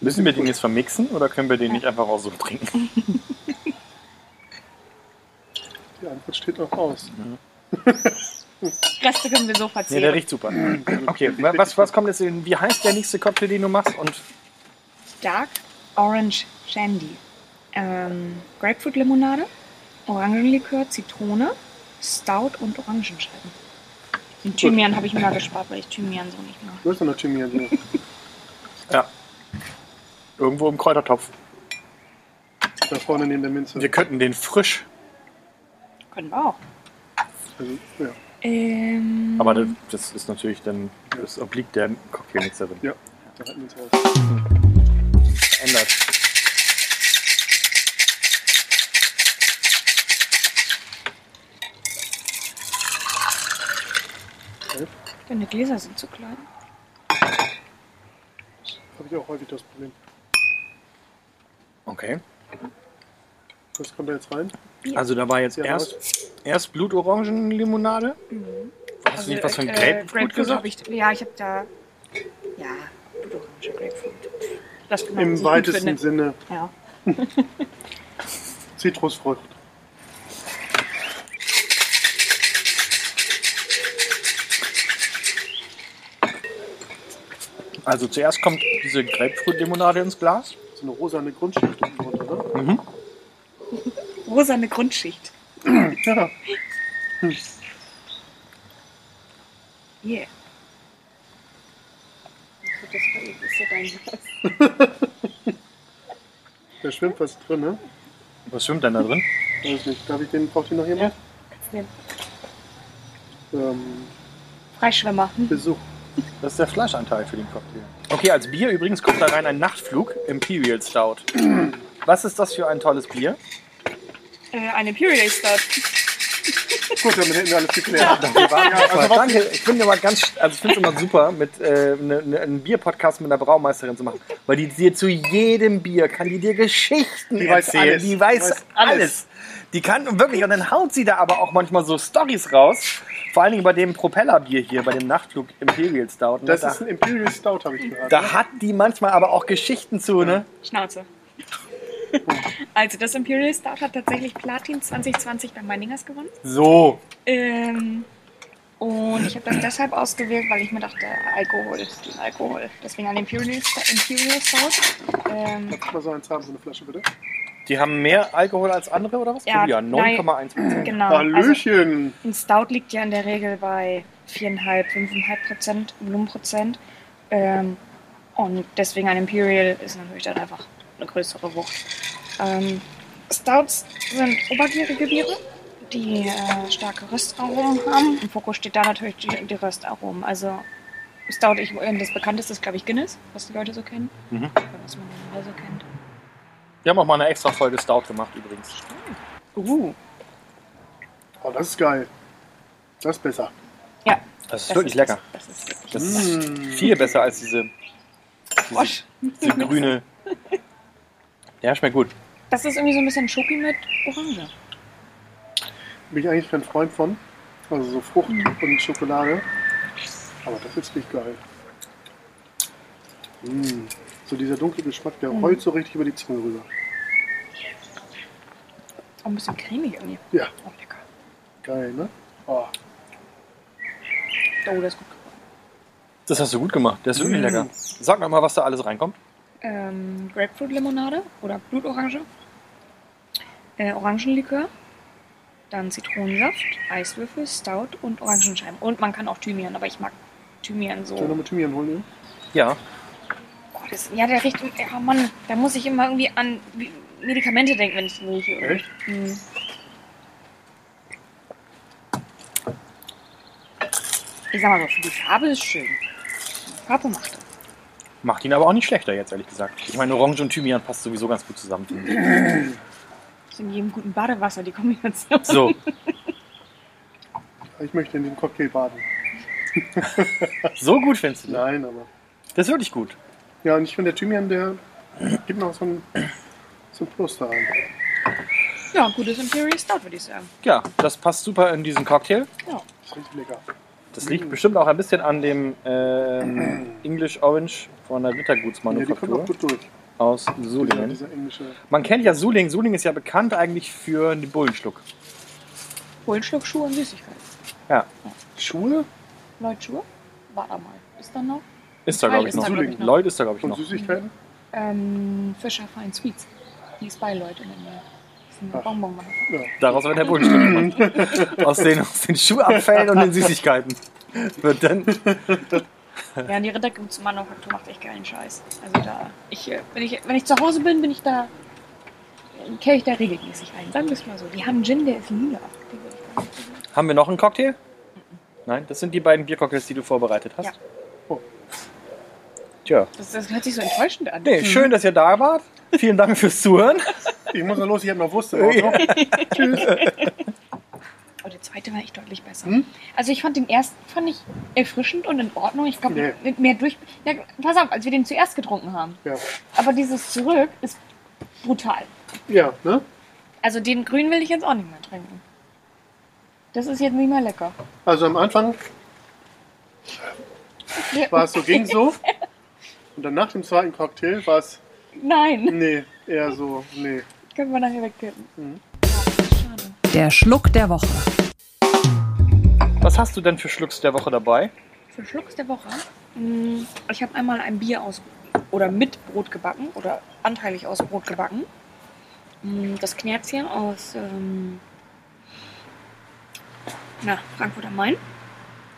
Speaker 1: Müssen wir den jetzt vermixen oder können wir den nicht einfach auch so trinken?
Speaker 2: Die Antwort steht noch aus.
Speaker 3: Reste können wir so
Speaker 1: Nee, der
Speaker 3: verzehren.
Speaker 1: riecht super. Okay, wa- was, was kommt jetzt in, wie heißt der nächste Cocktail, den du machst? Und
Speaker 3: Dark Orange Shandy. Ähm, Grapefruit-Limonade, Orangenlikör, Zitrone, Stout und Orangenscheiben. Den Thymian habe ich mir mal gespart, weil ich Thymian so nicht mag.
Speaker 2: Du hast doch noch Thymian hier.
Speaker 1: ja, irgendwo im Kräutertopf.
Speaker 2: Da vorne neben der Minze.
Speaker 1: Wir könnten den frisch,
Speaker 3: Können wir auch.
Speaker 2: Also, ja.
Speaker 3: Ähm,
Speaker 1: aber das, das ist natürlich dann, das obliegt der Cocktailmixerin.
Speaker 2: ja, da halten wir uns raus.
Speaker 1: Ändert.
Speaker 3: Deine Gläser sind zu klein.
Speaker 2: Habe ich auch häufig das Problem.
Speaker 1: Okay.
Speaker 2: Was kommt da jetzt rein?
Speaker 1: Also da war jetzt
Speaker 2: Ja,
Speaker 1: erst, erst Blutorangenlimonade. Hast du nicht was von Grapefruit gesagt?
Speaker 3: Äh, hab Ich, ja, ich habe da. Ja, Blutorange Grapefruit. Das genau, was ich
Speaker 2: Im
Speaker 3: gut
Speaker 2: weitesten
Speaker 3: finde.
Speaker 2: Sinne
Speaker 3: Ja.
Speaker 2: Zitrusfrucht.
Speaker 1: Also zuerst kommt diese Grapefruit-Limonade ins Glas.
Speaker 2: So eine rosane Grundschicht unten drunter, ne?
Speaker 3: Rosa eine Grundschicht.
Speaker 2: Ja.
Speaker 3: Yeah. Das ist ja dein
Speaker 2: Da schwimmt was drin, ne?
Speaker 1: Was schwimmt denn da drin?
Speaker 2: Weiß nicht. Darf ich den, braucht den noch jemand?
Speaker 3: Ja.
Speaker 2: Ähm,
Speaker 3: Freischwimmer.
Speaker 2: Besuch.
Speaker 1: Das ist der Fleischanteil für den Cocktail. Okay, als Bier übrigens kommt da rein ein Nachtflug Imperial Stout. Was ist das für ein tolles Bier?
Speaker 3: Äh, eine Imperial Stout.
Speaker 2: Gut, damit hätten wir alles geklärt.
Speaker 1: Also, danke. Ich finde immer ganz, sch- also ich finde es immer super, mit äh, ne, ne, einen Bierpodcast mit einer Braumeisterin zu machen, weil die dir zu jedem Bier kann die dir Geschichten
Speaker 2: Die weiß
Speaker 1: erzählen.
Speaker 2: alles.
Speaker 1: Die weiß,
Speaker 2: Weiß
Speaker 1: alles.
Speaker 2: alles.
Speaker 1: Die kann wirklich und dann haut sie da aber auch manchmal so Stories raus. Vor allen Dingen bei dem Propellerbier hier, bei dem Nachtflug Imperial Stout. Ne?
Speaker 2: Das
Speaker 1: da,
Speaker 2: ist ein Imperial Stout, habe ich gehört.
Speaker 1: da hat die manchmal aber auch Geschichten zu, ne?
Speaker 3: Schnauze. Also, das Imperial Stout hat tatsächlich Platin 2020 bei Meiningers gewonnen.
Speaker 1: So.
Speaker 3: Ähm, und ich habe das deshalb ausgewählt, weil ich mir dachte, Alkohol, den Alkohol. Deswegen an Imperial, Sta- Imperial Stout. Ähm,
Speaker 2: Kannst du mal so eins haben, so eine Flasche bitte?
Speaker 1: Die haben mehr Alkohol als andere oder was?
Speaker 3: Ja,
Speaker 1: Probier,
Speaker 3: nein.
Speaker 1: 9,1 Prozent.
Speaker 3: genau. Also,
Speaker 2: Hallöchen!
Speaker 3: ein Stout liegt ja in der Regel bei 4,5, 5,5 Prozent, Volumenprozent. Ähm, und deswegen ein Imperial ist natürlich dann einfach eine größere Wucht. Ähm, Stouts sind obergärige Biere, die äh, starke Röstaromen haben. Im Fokus steht da natürlich die, die Röstaromen. Also Stout, ich, äh, das bekannteste ist, glaube ich, Guinness, was die Leute so kennen.
Speaker 1: Mhm.
Speaker 3: Oder was man generell so also kennt.
Speaker 1: Wir haben auch mal eine extra Folge Stout gemacht übrigens.
Speaker 3: Uh,
Speaker 2: Oh, das ist geil. Das ist besser.
Speaker 3: ja.
Speaker 1: Das ist wirklich lecker.
Speaker 3: Das ist wirklich
Speaker 1: Das
Speaker 3: lecker.
Speaker 1: ist
Speaker 2: Mm.
Speaker 1: viel besser als diese,
Speaker 3: Frosch.
Speaker 1: diese grüne. Ja, schmeckt gut.
Speaker 3: Das ist irgendwie so ein bisschen Schoki mit Orange.
Speaker 2: Bin ich eigentlich kein Freund von. Also so Frucht und Schokolade. Aber das ist richtig geil. Mm. So dieser dunkle Geschmack, der rollt so richtig über die Zunge rüber.
Speaker 3: Auch ein bisschen cremig irgendwie.
Speaker 2: Ja,
Speaker 3: Oh, lecker.
Speaker 2: geil, ne? Oh.
Speaker 3: Oh, das ist gut geworden.
Speaker 1: Das hast du gut gemacht. Der ist wirklich
Speaker 2: Mm.
Speaker 1: lecker. Sag noch mal, was da alles reinkommt.
Speaker 3: Ähm, Grapefruit-Limonade oder Blutorange. Äh, Orangenlikör. Dann Zitronensaft, Eiswürfel, Stout und Orangenscheiben. Und man kann auch Thymian, aber ich mag Thymian so.
Speaker 2: Soll ich noch mit Thymian holen? Ihr?
Speaker 1: Ja.
Speaker 3: Oh, das, ja, der riecht. Ja, Mann, da muss ich immer irgendwie an wie- Medikamente denken, wenn ich den rieche.
Speaker 2: Echt?
Speaker 3: Mhm. Ich sag mal so, für die Farbe ist schön. Farbe macht das.
Speaker 1: Macht ihn aber auch nicht schlechter jetzt, ehrlich gesagt. Ich meine, Orange und Thymian passt sowieso ganz gut zusammen. finde ich.
Speaker 3: Das ist in jedem guten Badewasser die Kombination.
Speaker 1: So,
Speaker 2: Ich möchte in dem Cocktail baden.
Speaker 1: so gut findest du das.
Speaker 2: Nein, aber.
Speaker 1: Das ist wirklich gut.
Speaker 2: Ja, und ich finde, der Thymian, der gibt noch so ein, so ein Plus da rein.
Speaker 3: Ja, gutes Imperial Stout, würde ich sagen.
Speaker 1: Ja, das passt super in diesen Cocktail.
Speaker 3: Ja.
Speaker 2: Das ist richtig lecker.
Speaker 1: Das liegt bestimmt auch ein bisschen an dem ähm, English Orange von der
Speaker 2: Ja, die kommen auch
Speaker 1: Rittergutsmanufaktur
Speaker 2: gut durch.
Speaker 1: aus
Speaker 2: Dieser,
Speaker 1: Sulingen.
Speaker 2: dieser englische.
Speaker 1: Man kennt ja Suling. Suling ist ja bekannt eigentlich für den Bullenschluck.
Speaker 3: Kohlenschluck, Schuhe und Süßigkeiten.
Speaker 2: Schuhe
Speaker 3: Leute, Schuhe? Warte mal. Ist da noch?
Speaker 1: Ist da,
Speaker 3: Teil
Speaker 1: glaube ich,
Speaker 3: ist
Speaker 1: noch.
Speaker 3: da, glaub ich, noch.
Speaker 1: Lloyd ist da, glaube ich,
Speaker 2: und
Speaker 1: noch.
Speaker 2: Süßigkeiten?
Speaker 3: Ähm, Fischer Fine Sweets. Die ist bei Leute in der Nähe. Das ist
Speaker 2: Ach.
Speaker 3: ein Bonbon machen.
Speaker 1: Daraus wird der Bullenschluck gemacht. aus, den, aus den Schuhabfällen und den Süßigkeiten. Wird dann
Speaker 3: Ja, die Rittergutsmanufaktur macht echt geilen Scheiß. Also da, ich, äh, wenn ich, wenn ich zu Hause bin, bin ich da, äh, kehre ich da regelmäßig ein. Sagen wir es mal so. Die haben Gin, der ist lila. Den will ich gar nicht probieren.
Speaker 1: Haben wir noch einen Cocktail? Nein, das sind die beiden Biercocktails, die du vorbereitet hast.
Speaker 3: Ja.
Speaker 2: Oh.
Speaker 1: Tja.
Speaker 3: Das, das hört sich so enttäuschend an.
Speaker 1: Nee, schön, dass ihr da wart. Vielen Dank fürs Zuhören.
Speaker 2: Ich muss noch los, ich habe noch Wurst im Auto.
Speaker 3: Aber Oh, der zweite war echt deutlich besser.
Speaker 2: Hm?
Speaker 3: Also ich fand den ersten fand ich erfrischend und in Ordnung. Ich glaube,
Speaker 2: Nee.
Speaker 3: mit mehr durch. Ja, pass auf, als wir den zuerst getrunken haben.
Speaker 2: Ja.
Speaker 3: Aber dieses Zurück ist brutal.
Speaker 2: ja, ne?
Speaker 3: Also den grünen will ich jetzt auch nicht mehr trinken. Das ist jetzt nicht mehr lecker.
Speaker 2: Also am Anfang war es so, ging so. Und dann nach dem zweiten Cocktail war es,
Speaker 3: Nein,
Speaker 2: nee, eher so, nee.
Speaker 3: können wir nachher wegkippen.
Speaker 2: Mhm.
Speaker 3: Schade.
Speaker 4: Der Schluck der Woche.
Speaker 1: Was hast du denn für Schlucks der Woche dabei?
Speaker 3: Für Schlucks der Woche. Mm, Ich habe einmal ein Bier aus oder mit Brot gebacken oder anteilig aus Brot gebacken. Mm, Das Knerzchen aus ähm, na, Frankfurt am Main.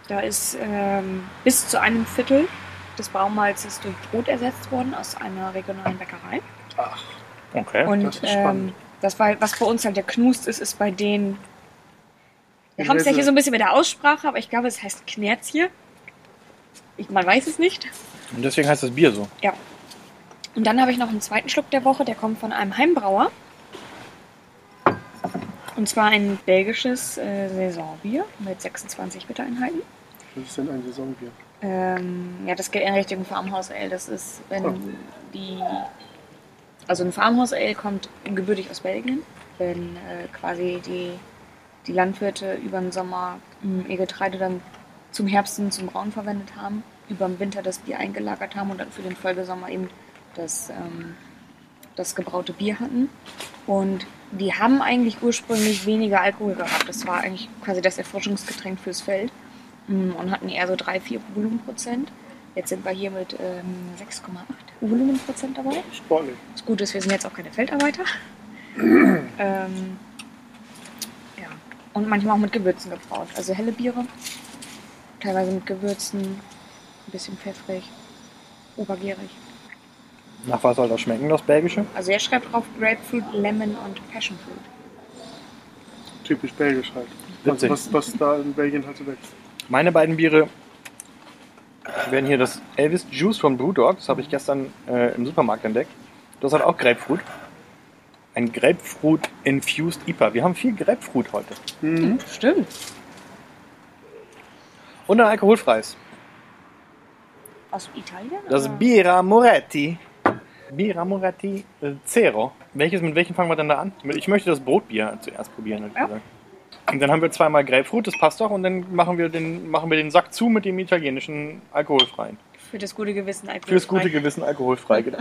Speaker 3: Da ist ähm, bis zu einem Viertel des Braumalzes durch Brot ersetzt worden aus einer regionalen Bäckerei.
Speaker 1: Okay.
Speaker 3: Und
Speaker 2: das ist spannend.
Speaker 3: ähm, das war, was bei uns halt der Knust ist, ist bei denen. Wir haben es ja
Speaker 2: Knödel.
Speaker 3: hier so ein bisschen mit der Aussprache, aber ich glaube, es heißt Knerzje. Ich, man weiß es nicht.
Speaker 1: Und deswegen heißt das Bier so.
Speaker 3: Und dann habe ich noch einen zweiten Schluck der Woche, der kommt von einem Heimbrauer. Und zwar ein belgisches äh, Saisonbier mit 26 Bittereinheiten.
Speaker 2: Das ist denn ein Saisonbier.
Speaker 3: Ähm, ja, das geht in Richtung Farmhouse Ale. Das ist, wenn
Speaker 2: Oh.
Speaker 3: die. Also ein Farmhouse Ale kommt gebürtig aus Belgien, wenn äh, quasi die, die Landwirte über den Sommer mh, ihr Getreide dann zum Herbst und zum Brauen verwendet haben, über den Winter das Bier eingelagert haben und dann für den Folgesommer eben das, ähm, das gebraute Bier hatten. Und die haben eigentlich ursprünglich weniger Alkohol gehabt. Das war eigentlich quasi das Erfrischungsgetränk fürs Feld Mm, und hatten eher so 3, 4 Volumenprozent. Jetzt sind wir hier mit ähm, 6,8 Volumenprozent dabei.
Speaker 2: Sportlich.
Speaker 3: Das Gute ist, wir sind jetzt auch keine Feldarbeiter. ähm, ja. Und manchmal auch mit Gewürzen gebraut. Also helle Biere, teilweise mit Gewürzen, ein bisschen pfeffrig, obergierig.
Speaker 1: Nach was soll das schmecken, das Belgische?
Speaker 3: Also er schreibt drauf Grapefruit, Lemon und Passion Fruit.
Speaker 2: Typisch belgisch halt.
Speaker 1: Witzig.
Speaker 2: Also was, was da in Belgien halt so wächst.
Speaker 1: Meine beiden Biere werden hier das Elvis Juice von Brewdog. Das habe ich gestern äh, im Supermarkt entdeckt. Das hat auch Grapefruit. Ein Grapefruit-infused IPA. Wir haben viel Grapefruit heute.
Speaker 2: Mhm.
Speaker 3: Stimmt.
Speaker 1: Und ein alkoholfreies.
Speaker 3: Aus Italien?
Speaker 1: Das
Speaker 3: oder?
Speaker 1: Bira Moretti. Bira Moretti äh, Zero. Welches, mit welchem fangen wir denn da an? Mit- Ich möchte das Brotbier zuerst probieren. ehrlich
Speaker 3: Ja.
Speaker 1: gesagt. Und dann haben wir zweimal Grapefruit, das passt doch. Und dann machen wir den, machen wir den Sack zu mit dem italienischen alkoholfreien.
Speaker 3: Für das gute Gewissen. alkoholfrei.
Speaker 1: Fürs gute Gewissen alkoholfrei. genau.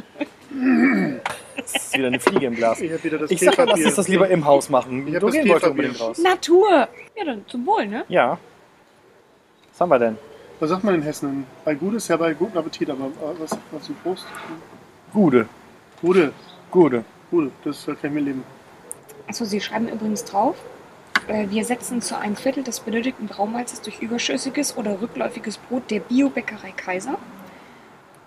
Speaker 1: das ist wieder eine Fliege im Glas.
Speaker 2: Ich habe wieder das
Speaker 1: Ich sag mal, lass
Speaker 2: Käferbier.
Speaker 1: uns das lieber im Haus machen.
Speaker 2: Ich hab
Speaker 1: Doreen
Speaker 2: das
Speaker 1: wollte
Speaker 2: Käferbier.
Speaker 1: unbedingt raus.
Speaker 3: Natur! Ja, dann zum Wohl, ne?
Speaker 1: Ja. Was haben wir denn?
Speaker 2: Was sagt man in Hessen? Bei gut ist ja bei guten Appetit, aber äh, was sagt man zum Prost?
Speaker 1: Gude.
Speaker 2: Gute,
Speaker 1: Gude.
Speaker 2: gute, das kann ich mir leben.
Speaker 3: Achso, Sie schreiben übrigens drauf, äh, wir setzen zu einem Viertel des benötigten Braumalzes durch überschüssiges oder rückläufiges Brot der Biobäckerei Kaiser.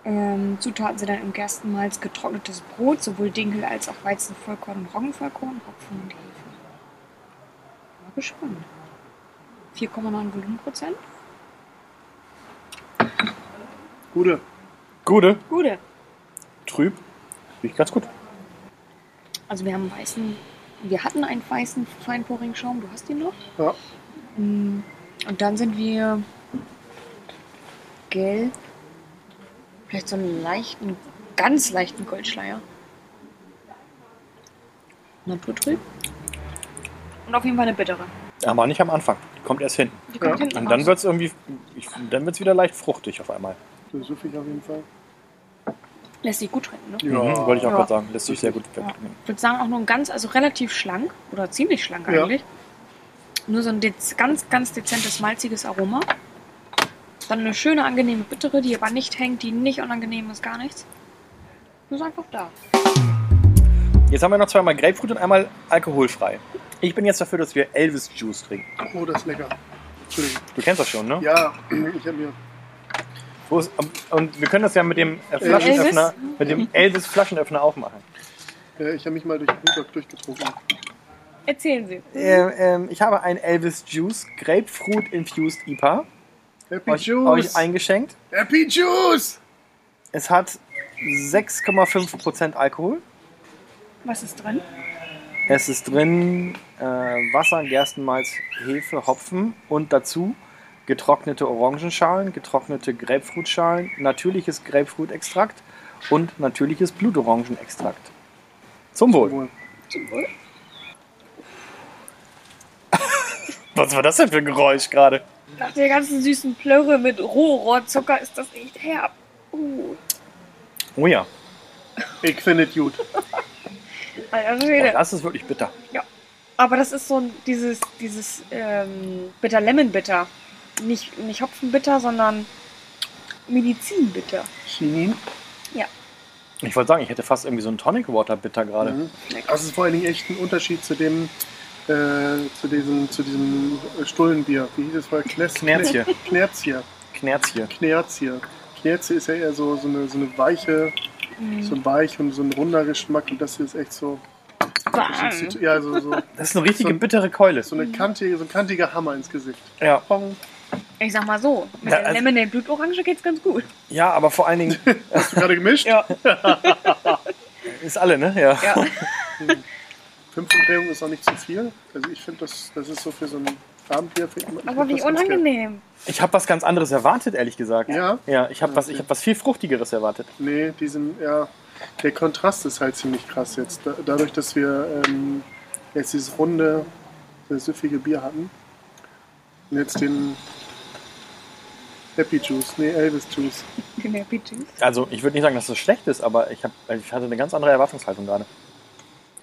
Speaker 3: Ähm, Zutaten sind dann im Gerstenmalz getrocknetes Brot, sowohl Dinkel als auch Weizen, Vollkorn und Roggenvollkorn, Hopfen und Hefe. Mal gespannt. 4,9 Volumenprozent.
Speaker 2: Gute,
Speaker 1: Gude.
Speaker 3: Gute.
Speaker 1: Trüb. Riecht ganz gut.
Speaker 3: Also wir haben weißen, wir hatten einen weißen Feinporing-Schaum, du hast ihn noch?
Speaker 2: Ja.
Speaker 3: Mm, Und dann sind wir gelb, vielleicht so einen leichten, ganz leichten Goldschleier. Naturtrüb. Und auf jeden Fall eine bittere.
Speaker 1: Aber nicht am Anfang. kommt erst hinten.
Speaker 3: Die kommt
Speaker 2: Ja.
Speaker 3: hinten
Speaker 1: Und
Speaker 3: raus.
Speaker 1: dann wird es irgendwie, ich, dann wird's wieder leicht fruchtig auf einmal.
Speaker 2: Das suche ich auf jeden Fall.
Speaker 3: Lässt sich gut trinken, ne?
Speaker 1: Mhm, wollte ich auch
Speaker 3: Ja.
Speaker 1: gerade sagen. Lässt sich sehr gut
Speaker 3: Ja.
Speaker 1: wegnehmen.
Speaker 3: Ich würde sagen, auch nur ein ganz, also relativ schlank oder ziemlich schlank
Speaker 2: Ja.
Speaker 3: eigentlich. Nur so ein dez, ganz, ganz dezentes, malziges Aroma. Dann eine schöne, angenehme Bittere, die aber nicht hängt, die nicht unangenehm ist, gar nichts. Nur ist einfach da.
Speaker 1: Jetzt haben wir noch zweimal Grapefruit und einmal alkoholfrei. Ich bin jetzt dafür, dass wir Elvis Juice trinken.
Speaker 2: Oh, das ist lecker. Entschuldigung.
Speaker 1: Du kennst das schon, ne?
Speaker 2: Ja, ich habe mir.
Speaker 1: Wo ist, und wir können das ja mit dem äh, Flaschenöffner, mit dem Elvis Flaschenöffner aufmachen.
Speaker 2: äh, Ich habe mich mal durch Bulldog durchgetrunken.
Speaker 3: Erzählen Sie.
Speaker 1: Ähm, ähm, ich habe ein Elvis Juice Grapefruit Infused IPA
Speaker 2: Happy
Speaker 1: euch,
Speaker 2: Juice!
Speaker 1: euch eingeschenkt.
Speaker 2: Happy Juice!
Speaker 1: Es hat 6,5% Alkohol.
Speaker 3: Was ist drin?
Speaker 1: Es ist drin äh, Wasser, Gerstenmalz, Hefe, Hopfen und dazu getrocknete Orangenschalen, getrocknete Grapefruitschalen, natürliches Grapefruitextrakt und natürliches Blutorangenextrakt. Zum Wohl.
Speaker 2: Wohl.
Speaker 1: Was war das denn für ein Geräusch gerade?
Speaker 3: Nach der ganzen süßen Plörre mit Rohrohrzucker ist das nicht herb. Uh,
Speaker 1: Oh ja,
Speaker 2: Ich finde es gut.
Speaker 3: alter
Speaker 1: oh,
Speaker 3: Schwede.
Speaker 1: das ist wirklich bitter.
Speaker 3: Also, Aber das ist so ein, dieses, dieses ähm, bitter Lemon bitter. Nicht, nicht Hopfenbitter, sondern Medizinbitter.
Speaker 2: Chinin.
Speaker 1: Ich wollte sagen, ich hätte fast irgendwie so einen Tonic Water bitter gerade.
Speaker 2: Mhm. Das ist vor allen Dingen echt ein Unterschied zu dem, äh, zu diesem, zu diesem Stullenbier. Wie hieß es vorher? Kness-
Speaker 1: Knerzje.
Speaker 2: Knerzje.
Speaker 1: Knerz hier.
Speaker 2: Knerzje. Knerzje ist ja eher so, so, eine, so eine weiche, so weich und so ein runder Geschmack. Und das hier ist echt so.
Speaker 3: Bam.
Speaker 2: Ja, so, so,
Speaker 1: Das ist eine richtige
Speaker 2: So-
Speaker 1: bittere Keule.
Speaker 2: so, eine kantige, so ein kantiger Hammer ins Gesicht.
Speaker 1: Ja.
Speaker 2: Pong.
Speaker 3: Ich sag mal so, mit
Speaker 1: Ja,
Speaker 3: der
Speaker 1: also-
Speaker 3: Lemonade Blutorange geht's ganz gut.
Speaker 1: ja, aber vor allen Dingen
Speaker 2: Hast du gerade gemischt?
Speaker 3: Ja.
Speaker 1: ist alle, ne? Ja.
Speaker 3: ja.
Speaker 2: Fünf Umdrehungen ist auch nicht zu viel. Also ich finde, das, das ist so für so ein Abendbier. find ich- ich
Speaker 3: Aber
Speaker 2: find
Speaker 3: wie
Speaker 2: das ganz geil.
Speaker 3: unangenehm.
Speaker 1: Ich habe was ganz anderes erwartet, ehrlich gesagt.
Speaker 2: Ja?
Speaker 1: Ja, ich habe was, ich hab was viel Fruchtigeres erwartet.
Speaker 2: Nee, diesen, ja, der Kontrast ist halt ziemlich krass jetzt. Da, dadurch, dass wir ähm, jetzt dieses runde, sehr süffige Bier hatten und jetzt den Happy Juice, nee, Elvis Juice.
Speaker 3: Mehr Bitches.
Speaker 1: Also, ich würde nicht sagen, dass es schlecht ist, aber ich, hab, also ich hatte eine ganz andere Erwartungshaltung gerade.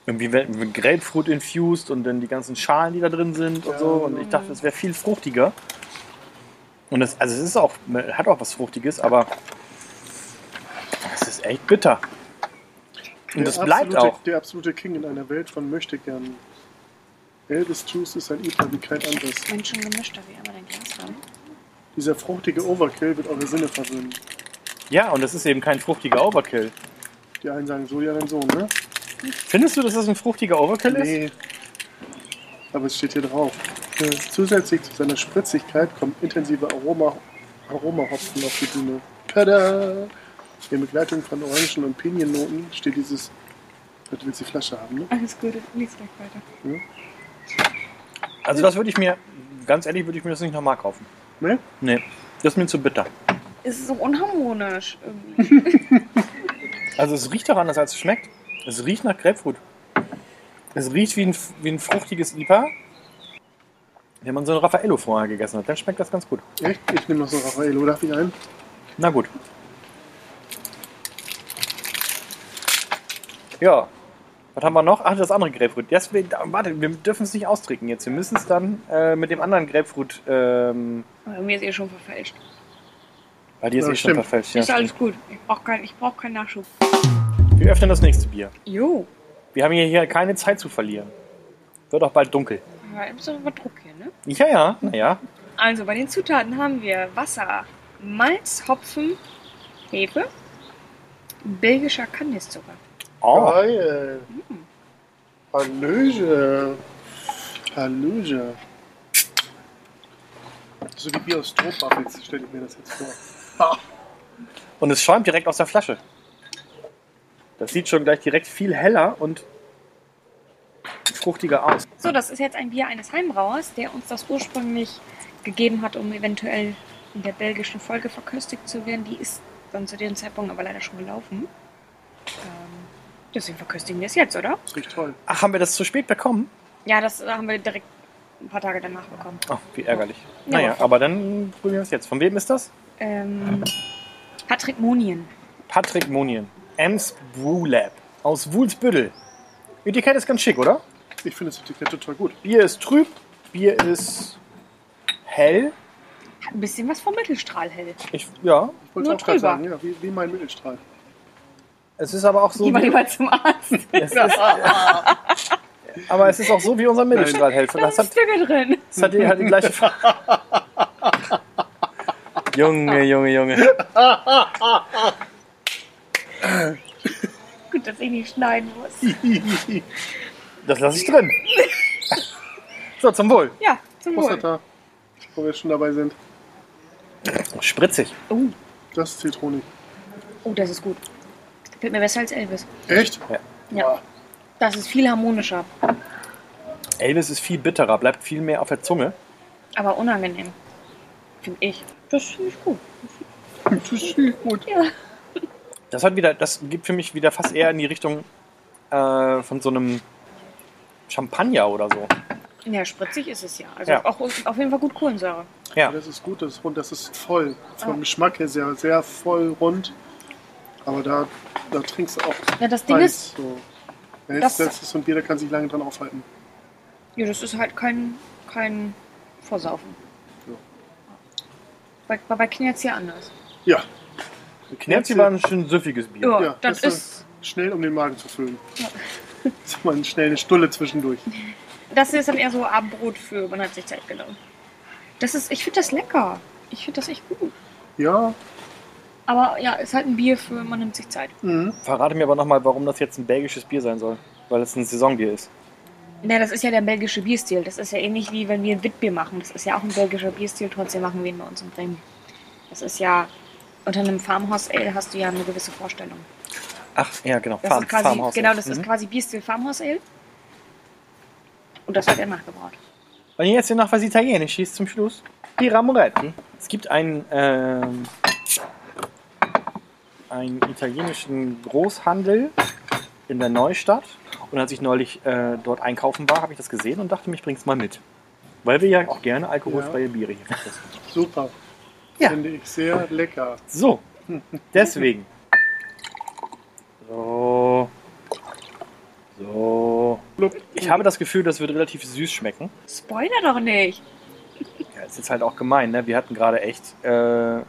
Speaker 1: Irgendwie wenn- wenn Grapefruit infused und dann die ganzen Schalen, die da drin sind und
Speaker 2: Ja.
Speaker 1: so. Und ich dachte, es wäre viel fruchtiger. Und es, also es ist auch, hat auch was Fruchtiges, aber es ist echt bitter. Und das
Speaker 2: Der
Speaker 1: bleibt
Speaker 2: absolute-
Speaker 1: auch.
Speaker 2: Der absolute King in einer Welt von Möchtegern. Elvis Juice ist ein IPA wie kein anderes.
Speaker 3: Mensch, schon gemischt, da wie immer dein Glas dran.
Speaker 2: Dieser fruchtige Overkill wird eure Sinne verwöhnen.
Speaker 1: Ja, und es ist eben kein fruchtiger Overkill.
Speaker 2: Die einen sagen so, die anderen so, ne?
Speaker 1: Findest du, dass das ein fruchtiger Overkill ist?
Speaker 2: Nee. Aber es steht hier drauf. Äh, Zusätzlich zu seiner Spritzigkeit kommen intensive Aroma, Aromahopfen auf die Bühne. Tada! In Begleitung von Orangen- und Piniennoten steht dieses. Du willst die Flasche haben, ne?
Speaker 3: Alles Gute, lies gleich weiter.
Speaker 1: Also das würde ich mir, ganz ehrlich, würde ich mir das nicht nochmal kaufen.
Speaker 2: Ne?
Speaker 1: Nee, das ist mir zu bitter.
Speaker 3: Es ist so unharmonisch irgendwie.
Speaker 1: Also es riecht doch anders, als es schmeckt. Es riecht nach Grapefruit. Es riecht wie ein, wie ein fruchtiges IPA. Wenn man so ein Raffaello vorher gegessen hat, dann schmeckt das ganz gut.
Speaker 2: Echt? Ich nehme noch so Raffaello. Darf ich ein?
Speaker 1: Na gut. Ja. Was haben wir noch? Ach, das andere Grapefruit. Das, wir- da- warte, wir dürfen es nicht austrinken jetzt. Wir müssen es dann äh, mit dem anderen Grapefruit. Ähm,
Speaker 3: Aber mir ist eh schon verfälscht.
Speaker 1: weil die ist
Speaker 2: Ja,
Speaker 1: eh schon
Speaker 2: stimmt.
Speaker 1: verfälscht.
Speaker 3: ist
Speaker 1: Ja,
Speaker 3: alles gut. Ich brauch, kein, ich brauch keinen Nachschub.
Speaker 1: wir öffnen das nächste Bier.
Speaker 3: Jo.
Speaker 1: Wir haben hier, hier keine Zeit zu verlieren. Wird auch bald dunkel.
Speaker 3: Ja, ist doch immer Druck hier, ne?
Speaker 1: Ja, ja, naja.
Speaker 3: Also bei den Zutaten haben wir Wasser, Malz, Hopfen, Hefe, belgischer Kandiszucker.
Speaker 1: Oh,
Speaker 2: Geil! Hallöge! Hallöge! So wie Bier aus Strohbuffels stelle ich mir das jetzt vor.
Speaker 1: und es schäumt direkt aus der Flasche. Das sieht schon gleich direkt viel heller und fruchtiger aus.
Speaker 3: So, das ist jetzt ein Bier eines Heimbrauers, der uns das ursprünglich gegeben hat, um eventuell in der belgischen Folge verköstigt zu werden. Die ist dann zu dem Zeitpunkt aber leider schon gelaufen. Ähm, deswegen verköstigen wir es jetzt, oder?
Speaker 2: Das riecht toll.
Speaker 1: Ach, haben wir das zu spät bekommen?
Speaker 3: Ja, das haben wir direkt ein paar Tage danach bekommen.
Speaker 1: Ach, Oh, wie ärgerlich.
Speaker 3: Ja.
Speaker 1: Naja, aber dann probieren wir es jetzt. Von wem ist das?
Speaker 3: Ähm, Patrick Monien.
Speaker 1: Patrick Monien. Ems Brew Lab aus Wulsbüttel. Etikett ist ganz schick, oder?
Speaker 2: Ich finde das Etikett total gut.
Speaker 1: Bier ist trüb, Bier ist hell.
Speaker 3: Hat ein bisschen was vom Mittelstrahlhell.
Speaker 1: Ich, ja,
Speaker 2: Ich wollte
Speaker 3: Nur
Speaker 2: es auch gerade
Speaker 3: drüber.
Speaker 2: sagen, ja, wie, wie mein Mittelstrahl.
Speaker 1: es ist aber auch so.
Speaker 3: Geh mal
Speaker 1: Wie,
Speaker 3: lieber zum Arzt.
Speaker 1: es ist, aber es ist auch so wie unser Mittelstrahl hell.
Speaker 3: Da
Speaker 1: Das
Speaker 3: sind
Speaker 1: hat,
Speaker 3: Stücke drin.
Speaker 1: das hat die, hat die gleiche Farbe. Junge, Junge, Junge.
Speaker 3: Gut, dass ich nicht schneiden muss.
Speaker 2: Hm.
Speaker 1: Das lasse ich drin. So, zum Wohl.
Speaker 3: Ja, zum
Speaker 2: Was
Speaker 3: Wohl.
Speaker 2: hat da? Wo wir jetzt schon dabei sind.
Speaker 1: Spritzig.
Speaker 3: Oh,
Speaker 2: Das ist Zitronik.
Speaker 3: oh, das ist gut. Gefällt mir besser als Elvis.
Speaker 2: Echt?
Speaker 3: Ja. Das ist viel harmonischer,
Speaker 1: Elvis ist viel bitterer, bleibt viel mehr auf der Zunge.
Speaker 3: aber unangenehm. Finde ich. Das finde ich gut.
Speaker 2: Das ist viel gut.
Speaker 3: Ja.
Speaker 1: Das hat wieder, das geht für mich wieder fast eher in die Richtung äh, von so einem Champagner oder so.
Speaker 3: Ja, spritzig ist es ja. Also
Speaker 1: Ja.
Speaker 3: auch auf jeden Fall gut Kohlensäure.
Speaker 1: Ja,
Speaker 2: Das ist gut, das ist rund, das ist voll. Vom Geschmack her sehr, sehr voll rund. Aber da, da trinkst du auch
Speaker 3: Ja, das Ding
Speaker 2: eins.
Speaker 3: ist,
Speaker 2: So. Wenn
Speaker 3: das-
Speaker 2: jetzt das ist und jeder kann sich lange dran aufhalten.
Speaker 3: ja, das ist halt kein, kein Vorsaufen.
Speaker 2: Ja.
Speaker 3: Bei, bei, bei Knirps hier anders.
Speaker 2: Ja,
Speaker 1: Knerzi war ein schön süffiges Bier.
Speaker 3: Ja,
Speaker 2: Ja,
Speaker 3: Oh, das,
Speaker 2: das
Speaker 3: ist,
Speaker 2: schnell um den Magen zu füllen.
Speaker 3: Ja.
Speaker 2: Jetzt mal schnell eine Stulle zwischendurch.
Speaker 3: das ist dann eher so Abendbrot für, man hat sich Zeit genommen. Das ist, ich finde das lecker. Ich finde das echt gut.
Speaker 2: Ja,
Speaker 3: Aber ja, ist halt ein Bier für, man nimmt sich Zeit.
Speaker 2: mhm.
Speaker 1: Verrate mir aber nochmal, warum das jetzt ein belgisches Bier sein soll. Weil es ein Saisonbier ist.
Speaker 3: Na, das ist ja der belgische Bierstil. Das ist ja ähnlich wie wenn wir ein Witbier machen. Das ist ja auch ein belgischer Bierstil, trotzdem machen wir ihn bei uns in Bremen. Das ist ja, unter einem Farmhouse Ale hast du ja eine gewisse Vorstellung.
Speaker 1: Ach, ja, genau.
Speaker 3: Das ist quasi, genau, das
Speaker 1: Mhm.
Speaker 2: Mhm.
Speaker 3: ist quasi Bierstil Farmhouse Ale. Und das wird er nachgebraut.
Speaker 1: Und jetzt hier noch was Italienisches zum Schluss. Pira Moretti. Es gibt einen, ähm, einen italienischen Großhandel in der Neustadt. Und als ich neulich äh, dort einkaufen war, habe ich das gesehen und dachte mir, ich bring's mal mit. Weil wir ja auch gerne alkoholfreie Biere hier verkosten.
Speaker 2: super.
Speaker 1: Ja.
Speaker 2: Finde ich sehr lecker.
Speaker 1: So, deswegen. So. So.
Speaker 2: Blub.
Speaker 1: Ich habe das Gefühl, das wird relativ süß schmecken.
Speaker 3: Spoiler doch nicht!
Speaker 1: Ja, ist jetzt halt auch gemein, ne? Wir hatten gerade echt. Äh,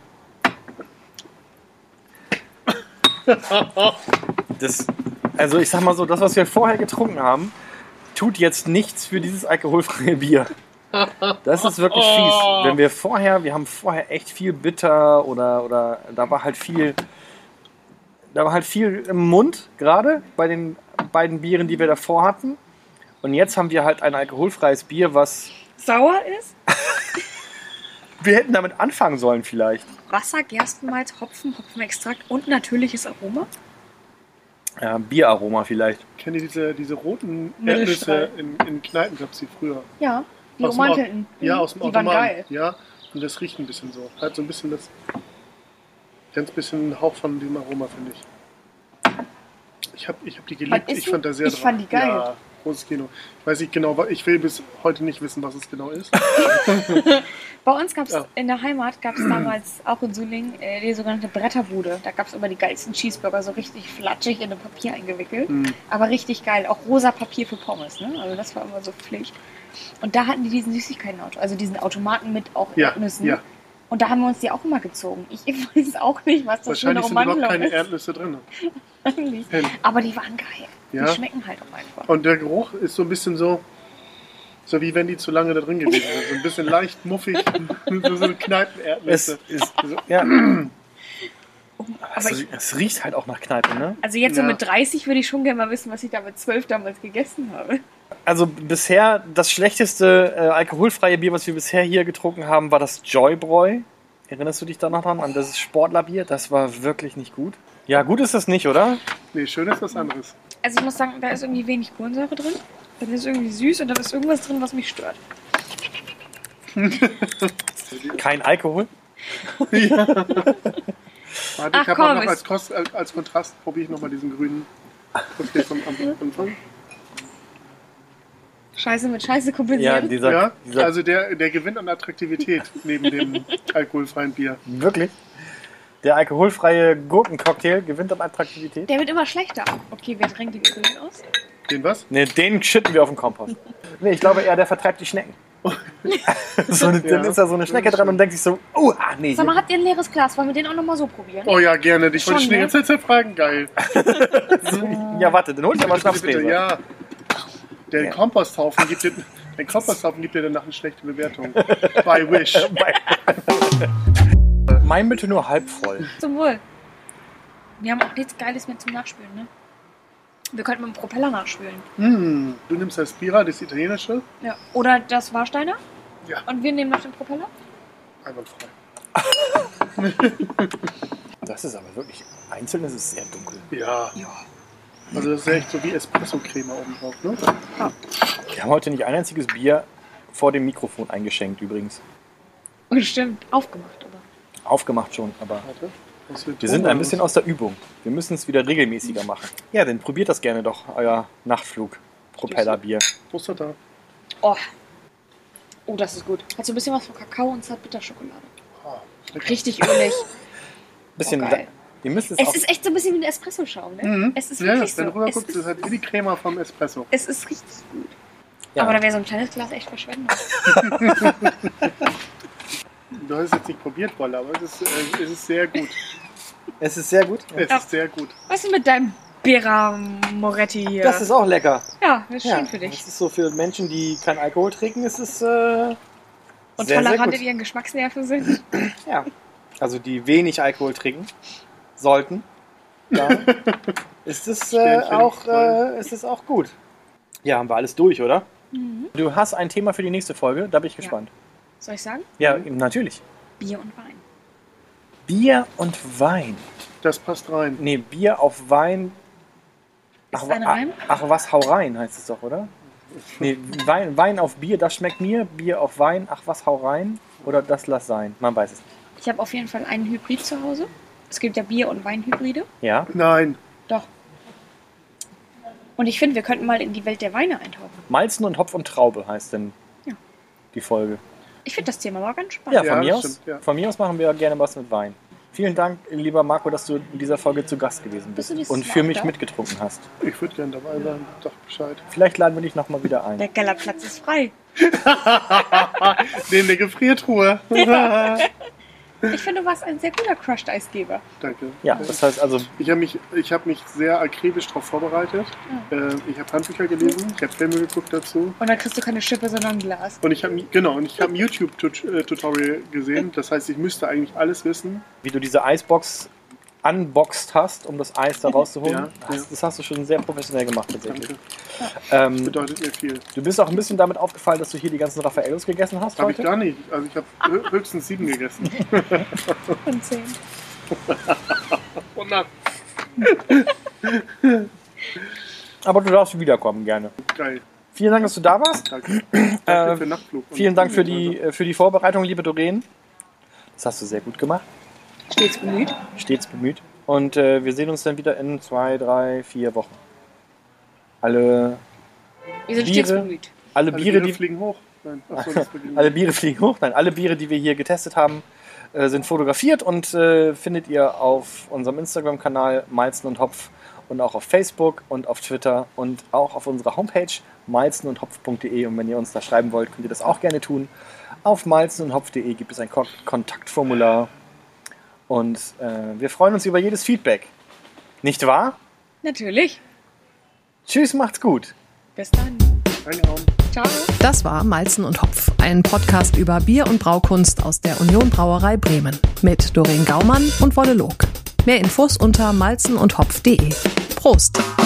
Speaker 1: das, also ich sag mal so, das, was wir vorher getrunken haben, tut jetzt nichts für dieses alkoholfreie Bier. Das ist wirklich fies. Wenn wir vorher, wir haben vorher echt viel bitter oder, oder da war halt viel. Da war halt viel im Mund, gerade bei den beiden Bieren, die wir davor hatten. Und jetzt haben wir halt ein alkoholfreies Bier, was
Speaker 3: Sauer ist
Speaker 1: wir hätten damit anfangen sollen vielleicht.
Speaker 3: Wasser, Gerstenmalz, Hopfen, Hopfenextrakt und natürliches Aroma.
Speaker 1: Ja, Bieraroma vielleicht.
Speaker 2: Kennt ihr diese, diese roten
Speaker 3: Mittelstrahl.
Speaker 2: Erdnüsse in, in Kneipen, gab es die früher?
Speaker 3: Ja, die
Speaker 2: Aus dem Au-
Speaker 3: Romantelten.
Speaker 2: Ja, aus dem
Speaker 3: Mhm, Die waren
Speaker 2: Automaten.
Speaker 3: geil.
Speaker 2: Ja, und das riecht ein bisschen so. Hat so ein bisschen das. Ganz bisschen Hauch von dem Aroma, finde ich. Ich habe ich hab die geliebt.
Speaker 3: ist
Speaker 2: Ich
Speaker 3: die?
Speaker 2: fand da sehr
Speaker 3: Ich fand die geil.
Speaker 2: Ja, großes Kino. Ich weiß nicht genau, wa- ich will bis heute nicht wissen, was es genau ist.
Speaker 3: Bei uns gab es
Speaker 2: Ja.
Speaker 3: in der Heimat gab's damals auch in Süling äh, die sogenannte Bretterbude. Da gab es immer die geilsten Cheeseburger, so richtig flatschig in ein Papier eingewickelt.
Speaker 2: Hm.
Speaker 3: Aber richtig geil. Auch rosa Papier für Pommes, ne? Also das war immer so Pflicht. Und da hatten die diesen Süßigkeitenauto, also diesen Automaten mit auch
Speaker 2: Ja,
Speaker 3: Erdnüssen.
Speaker 2: ja.
Speaker 3: Und da haben wir uns die auch immer gezogen. Ich weiß auch nicht, was das für eine
Speaker 2: Wahrscheinlich sind überhaupt
Speaker 3: Romantelung
Speaker 2: keine
Speaker 3: ist.
Speaker 2: Erdnüsse drin.
Speaker 3: Eigentlich.
Speaker 2: Pen.
Speaker 3: Aber die waren geil.
Speaker 2: Ja. Oh,
Speaker 3: Die schmecken halt auch einfach.
Speaker 2: Und der Geruch ist so ein bisschen so. So wie wenn die zu lange da drin gewesen sind. So ein bisschen leicht muffig. so so Kneipen-Erdnüsse. Also
Speaker 1: ist
Speaker 2: So,
Speaker 1: ja,
Speaker 3: Aber
Speaker 1: es,
Speaker 3: ich,
Speaker 1: es riecht halt auch nach Kneipe, ne?
Speaker 3: also jetzt so
Speaker 2: Ja.
Speaker 3: mit 30 würde ich schon gerne mal wissen, was ich da mit 12 damals gegessen habe.
Speaker 1: Also b- bisher das schlechteste äh, alkoholfreie Bier, was wir bisher hier getrunken haben, war das Joybräu. Erinnerst du dich da noch dran an das Sportlerbier? Das war wirklich nicht gut. Ja, gut ist das nicht, oder?
Speaker 2: Nee, schön ist was anderes.
Speaker 3: Also ich muss sagen, da ist irgendwie wenig Kohlensäure drin. Dann ist irgendwie süß und da ist irgendwas drin, was mich stört.
Speaker 1: Kein Alkohol.
Speaker 2: Warte,
Speaker 3: Ach,
Speaker 2: ich habe
Speaker 3: komm,
Speaker 2: auch noch
Speaker 3: ist-
Speaker 2: als, Kost, als, als Kontrast probiere ich nochmal diesen grünen. Okay, vom Am- Anfang.
Speaker 3: Scheiße mit Scheiße
Speaker 1: Ja,
Speaker 3: kompensiert.
Speaker 1: dieser,
Speaker 2: ja,
Speaker 1: dieser
Speaker 2: also der, der gewinnt an Attraktivität neben dem alkoholfreien Bier.
Speaker 1: wirklich. Der alkoholfreie Gurkencocktail gewinnt an Attraktivität.
Speaker 3: der wird immer schlechter. Okay, wer drängt den übrigens aus?
Speaker 2: Den was?
Speaker 1: Ne, den schütten wir auf den Kompost. Nee, ich glaube eher, der vertreibt die Schnecken. so eine, Dann
Speaker 2: Ja.
Speaker 1: ist da so eine Schnecke dran und denkt sich so, oh, ah, nee.
Speaker 5: Sag mal,
Speaker 1: hier-
Speaker 5: habt ihr ein leeres Glas? Wollen wir den auch nochmal so probieren?
Speaker 2: Oh ja, gerne. Dich wollte ich schon
Speaker 3: Schon,
Speaker 2: die
Speaker 3: ne?
Speaker 2: ganze Zeit zerfragen. Geil.
Speaker 1: Ja, warte, dann hol ich aber
Speaker 2: Bitte, bitte,
Speaker 1: Schnapsgläser.
Speaker 2: ja. Der
Speaker 1: Ja.
Speaker 2: Komposthaufen gibt dir, der Komposthaufen gibt dir danach eine schlechte Bewertung. By Wish.
Speaker 1: Mein bitte nur halb voll.
Speaker 5: Zum Wohl. Wir haben auch nichts Geiles mehr zum Nachspülen, ne? Wir könnten mit dem Propeller nachspülen.
Speaker 2: Hm, du nimmst das Bira, das italienische.
Speaker 5: Ja. Oder das Warsteiner.
Speaker 2: Ja.
Speaker 5: Und wir nehmen noch den Propeller.
Speaker 2: Einwandfrei.
Speaker 1: Das ist aber wirklich, einzeln ist es sehr dunkel.
Speaker 2: Ja.
Speaker 5: Ja.
Speaker 2: Also das ist echt so wie Espresso-Creme oben drauf, ne?
Speaker 1: Wir haben heute nicht ein einziges Bier vor dem Mikrofon eingeschenkt übrigens.
Speaker 3: Oh, stimmt.
Speaker 5: Aufgemacht, aber.
Speaker 1: Aufgemacht schon, aber
Speaker 2: Warte. Was
Speaker 1: wir sind ein bisschen aus der Übung. Wir müssen es wieder regelmäßiger machen. Ja, dann probiert das gerne doch, euer Nachtflug. Propellerbier.
Speaker 2: Muster da.
Speaker 5: Oh. Oh, das ist gut. Hat so ein bisschen was von Kakao und Zartbitterschokolade.
Speaker 2: Ah, lecker.
Speaker 5: Richtig ölig.
Speaker 1: Bisschen,
Speaker 5: Oh, geil.
Speaker 1: ihr müsst es,
Speaker 5: es
Speaker 1: auch,
Speaker 5: ist echt so ein bisschen wie ein Espresso-Schaum, ne?
Speaker 2: Mhm.
Speaker 5: Es ist
Speaker 2: ja,
Speaker 5: wirklich
Speaker 2: wenn du
Speaker 5: so.
Speaker 2: rüber
Speaker 5: Es
Speaker 2: guckst,
Speaker 5: ist-
Speaker 2: ist halt eh die Crema vom Espresso.
Speaker 5: Es ist richtig gut.
Speaker 1: ja.
Speaker 5: Aber da wäre so ein kleines Glas echt Verschwendung.
Speaker 2: Du hast es jetzt nicht probiert, Wolle, aber es ist, äh, es ist sehr gut.
Speaker 1: es ist sehr gut.
Speaker 2: Es
Speaker 3: Ja.
Speaker 2: ist sehr gut.
Speaker 3: Was ist denn mit deinem Bera Moretti hier?
Speaker 1: Das ist auch lecker.
Speaker 3: ja, das ist
Speaker 1: Ja,
Speaker 3: schön für dich.
Speaker 1: Das ist so für Menschen, die keinen Alkohol trinken, ist es äh,
Speaker 3: Und
Speaker 1: sehr, sehr
Speaker 3: tolerant
Speaker 1: gut.
Speaker 3: in ihren Geschmacksnerven sind.
Speaker 1: Ja. Also die wenig Alkohol trinken sollten, da ist es äh,
Speaker 2: Sternchen,
Speaker 1: auch,
Speaker 2: voll.
Speaker 1: äh, ist es auch gut. Ja, haben wir alles durch, oder?
Speaker 3: Mhm.
Speaker 1: Du hast ein Thema für die nächste Folge, da bin ich gespannt.
Speaker 5: Soll ich sagen?
Speaker 1: Ja,
Speaker 3: Mhm.
Speaker 1: natürlich.
Speaker 5: Bier und Wein.
Speaker 1: Bier und Wein.
Speaker 2: Das passt rein.
Speaker 1: Nee, Bier auf Wein.
Speaker 5: Ist
Speaker 1: Ach,
Speaker 5: eine
Speaker 1: wa-
Speaker 5: Reim?
Speaker 1: Ach, was, hau rein heißt es doch, oder? Nee, Wein, Wein auf Bier, das schmeckt mir. Bier auf Wein, ach, was, hau rein. Oder das lass sein. Man weiß es nicht.
Speaker 5: Ich habe auf jeden Fall einen Hybrid zu Hause. Es gibt ja Bier- und Weinhybride.
Speaker 1: Ja,
Speaker 2: Nein.
Speaker 5: Doch. Und ich finde, wir könnten mal in die Welt der Weine eintauchen.
Speaker 1: Malzen und Hopf und Traube heißt denn
Speaker 5: Ja.
Speaker 1: die Folge.
Speaker 5: Ich finde das Thema mal ganz spannend.
Speaker 1: Ja,
Speaker 2: Ja,
Speaker 1: von, mir
Speaker 2: das
Speaker 1: aus,
Speaker 2: stimmt, ja.
Speaker 1: von mir aus machen wir gerne was mit Wein. Vielen Dank, lieber Marco, dass du in dieser Folge zu Gast gewesen
Speaker 5: Bist
Speaker 1: bist,
Speaker 5: du nächstes
Speaker 1: und
Speaker 5: Mal
Speaker 1: für
Speaker 5: auch
Speaker 1: mich
Speaker 5: da?
Speaker 1: mitgetrunken hast.
Speaker 2: Ich würde gerne dabei sein. Sag Bescheid.
Speaker 1: Vielleicht laden wir dich nochmal wieder ein.
Speaker 5: Der Kellerplatz ist frei.
Speaker 2: Neben der Gefriertruhe.
Speaker 5: Ich finde, du warst ein sehr guter Crushed-Eisgeber.
Speaker 2: Danke.
Speaker 1: Ja, das heißt also,
Speaker 2: Ich habe mich, ich hab mich sehr akribisch darauf vorbereitet. Äh, ich habe Handbücher gelesen, ich habe Filme geguckt dazu.
Speaker 3: Und dann kriegst du keine Schippe, sondern ein Glas.
Speaker 2: Und ich habe genau, und ich habe ein YouTube-Tutorial gesehen. Das heißt, ich müsste eigentlich alles wissen.
Speaker 1: wie du diese Eisbox unboxed hast, um das Eis da rauszuholen,
Speaker 2: Ja,
Speaker 1: das,
Speaker 2: ja.
Speaker 1: das hast du schon sehr professionell gemacht tatsächlich.
Speaker 2: Danke.
Speaker 1: Ähm,
Speaker 2: Bedeutet mir viel.
Speaker 1: du bist auch ein bisschen damit aufgefallen, dass du hier die ganzen Raffaellos gegessen hast
Speaker 2: Habe ich
Speaker 1: heute.
Speaker 2: gar nicht. Also ich habe höchstens sieben gegessen.
Speaker 5: Und zehn.
Speaker 2: Und na,
Speaker 1: Aber du darfst wiederkommen gerne.
Speaker 2: geil.
Speaker 1: Vielen Dank, dass du da warst.
Speaker 2: Danke. Danke
Speaker 1: Äh,
Speaker 2: für Nachtflug. und-
Speaker 1: Vielen Dank für die, äh, für die Vorbereitung, liebe Doreen. Das hast du sehr gut gemacht.
Speaker 3: Stets bemüht.
Speaker 1: Stets bemüht. Und äh, wir sehen uns dann wieder in zwei, drei, vier Wochen. Alle,
Speaker 3: Wir sind stets
Speaker 1: Biere.
Speaker 3: bemüht.
Speaker 1: alle,
Speaker 2: Alle
Speaker 1: Biere,
Speaker 2: Also Biere
Speaker 1: die,
Speaker 2: fliegen hoch. Nein, achso, das fliegen
Speaker 1: alle Biere fliegen hoch. Nein, alle Biere, die wir hier getestet haben, äh, sind fotografiert und äh, findet ihr auf unserem Instagram-Kanal Malzen und Hopf und auch auf Facebook und auf Twitter und auch auf unserer Homepage malzenundhopf.de. Und wenn ihr uns da schreiben wollt, könnt ihr das auch gerne tun. Auf malzenundhopf.de gibt es ein Ko Kontaktformular und äh, wir freuen uns über jedes Feedback. Nicht wahr?
Speaker 3: Natürlich.
Speaker 1: Tschüss, macht's gut.
Speaker 3: Bis dann.
Speaker 2: Reinhauen.
Speaker 3: Ciao.
Speaker 4: Das war Malzen und Hopf, ein Podcast über Bier und Braukunst aus der Union Brauerei Bremen mit Doreen Gaumann und Wolle Log. Mehr Infos unter malzenundhopf.de. Prost!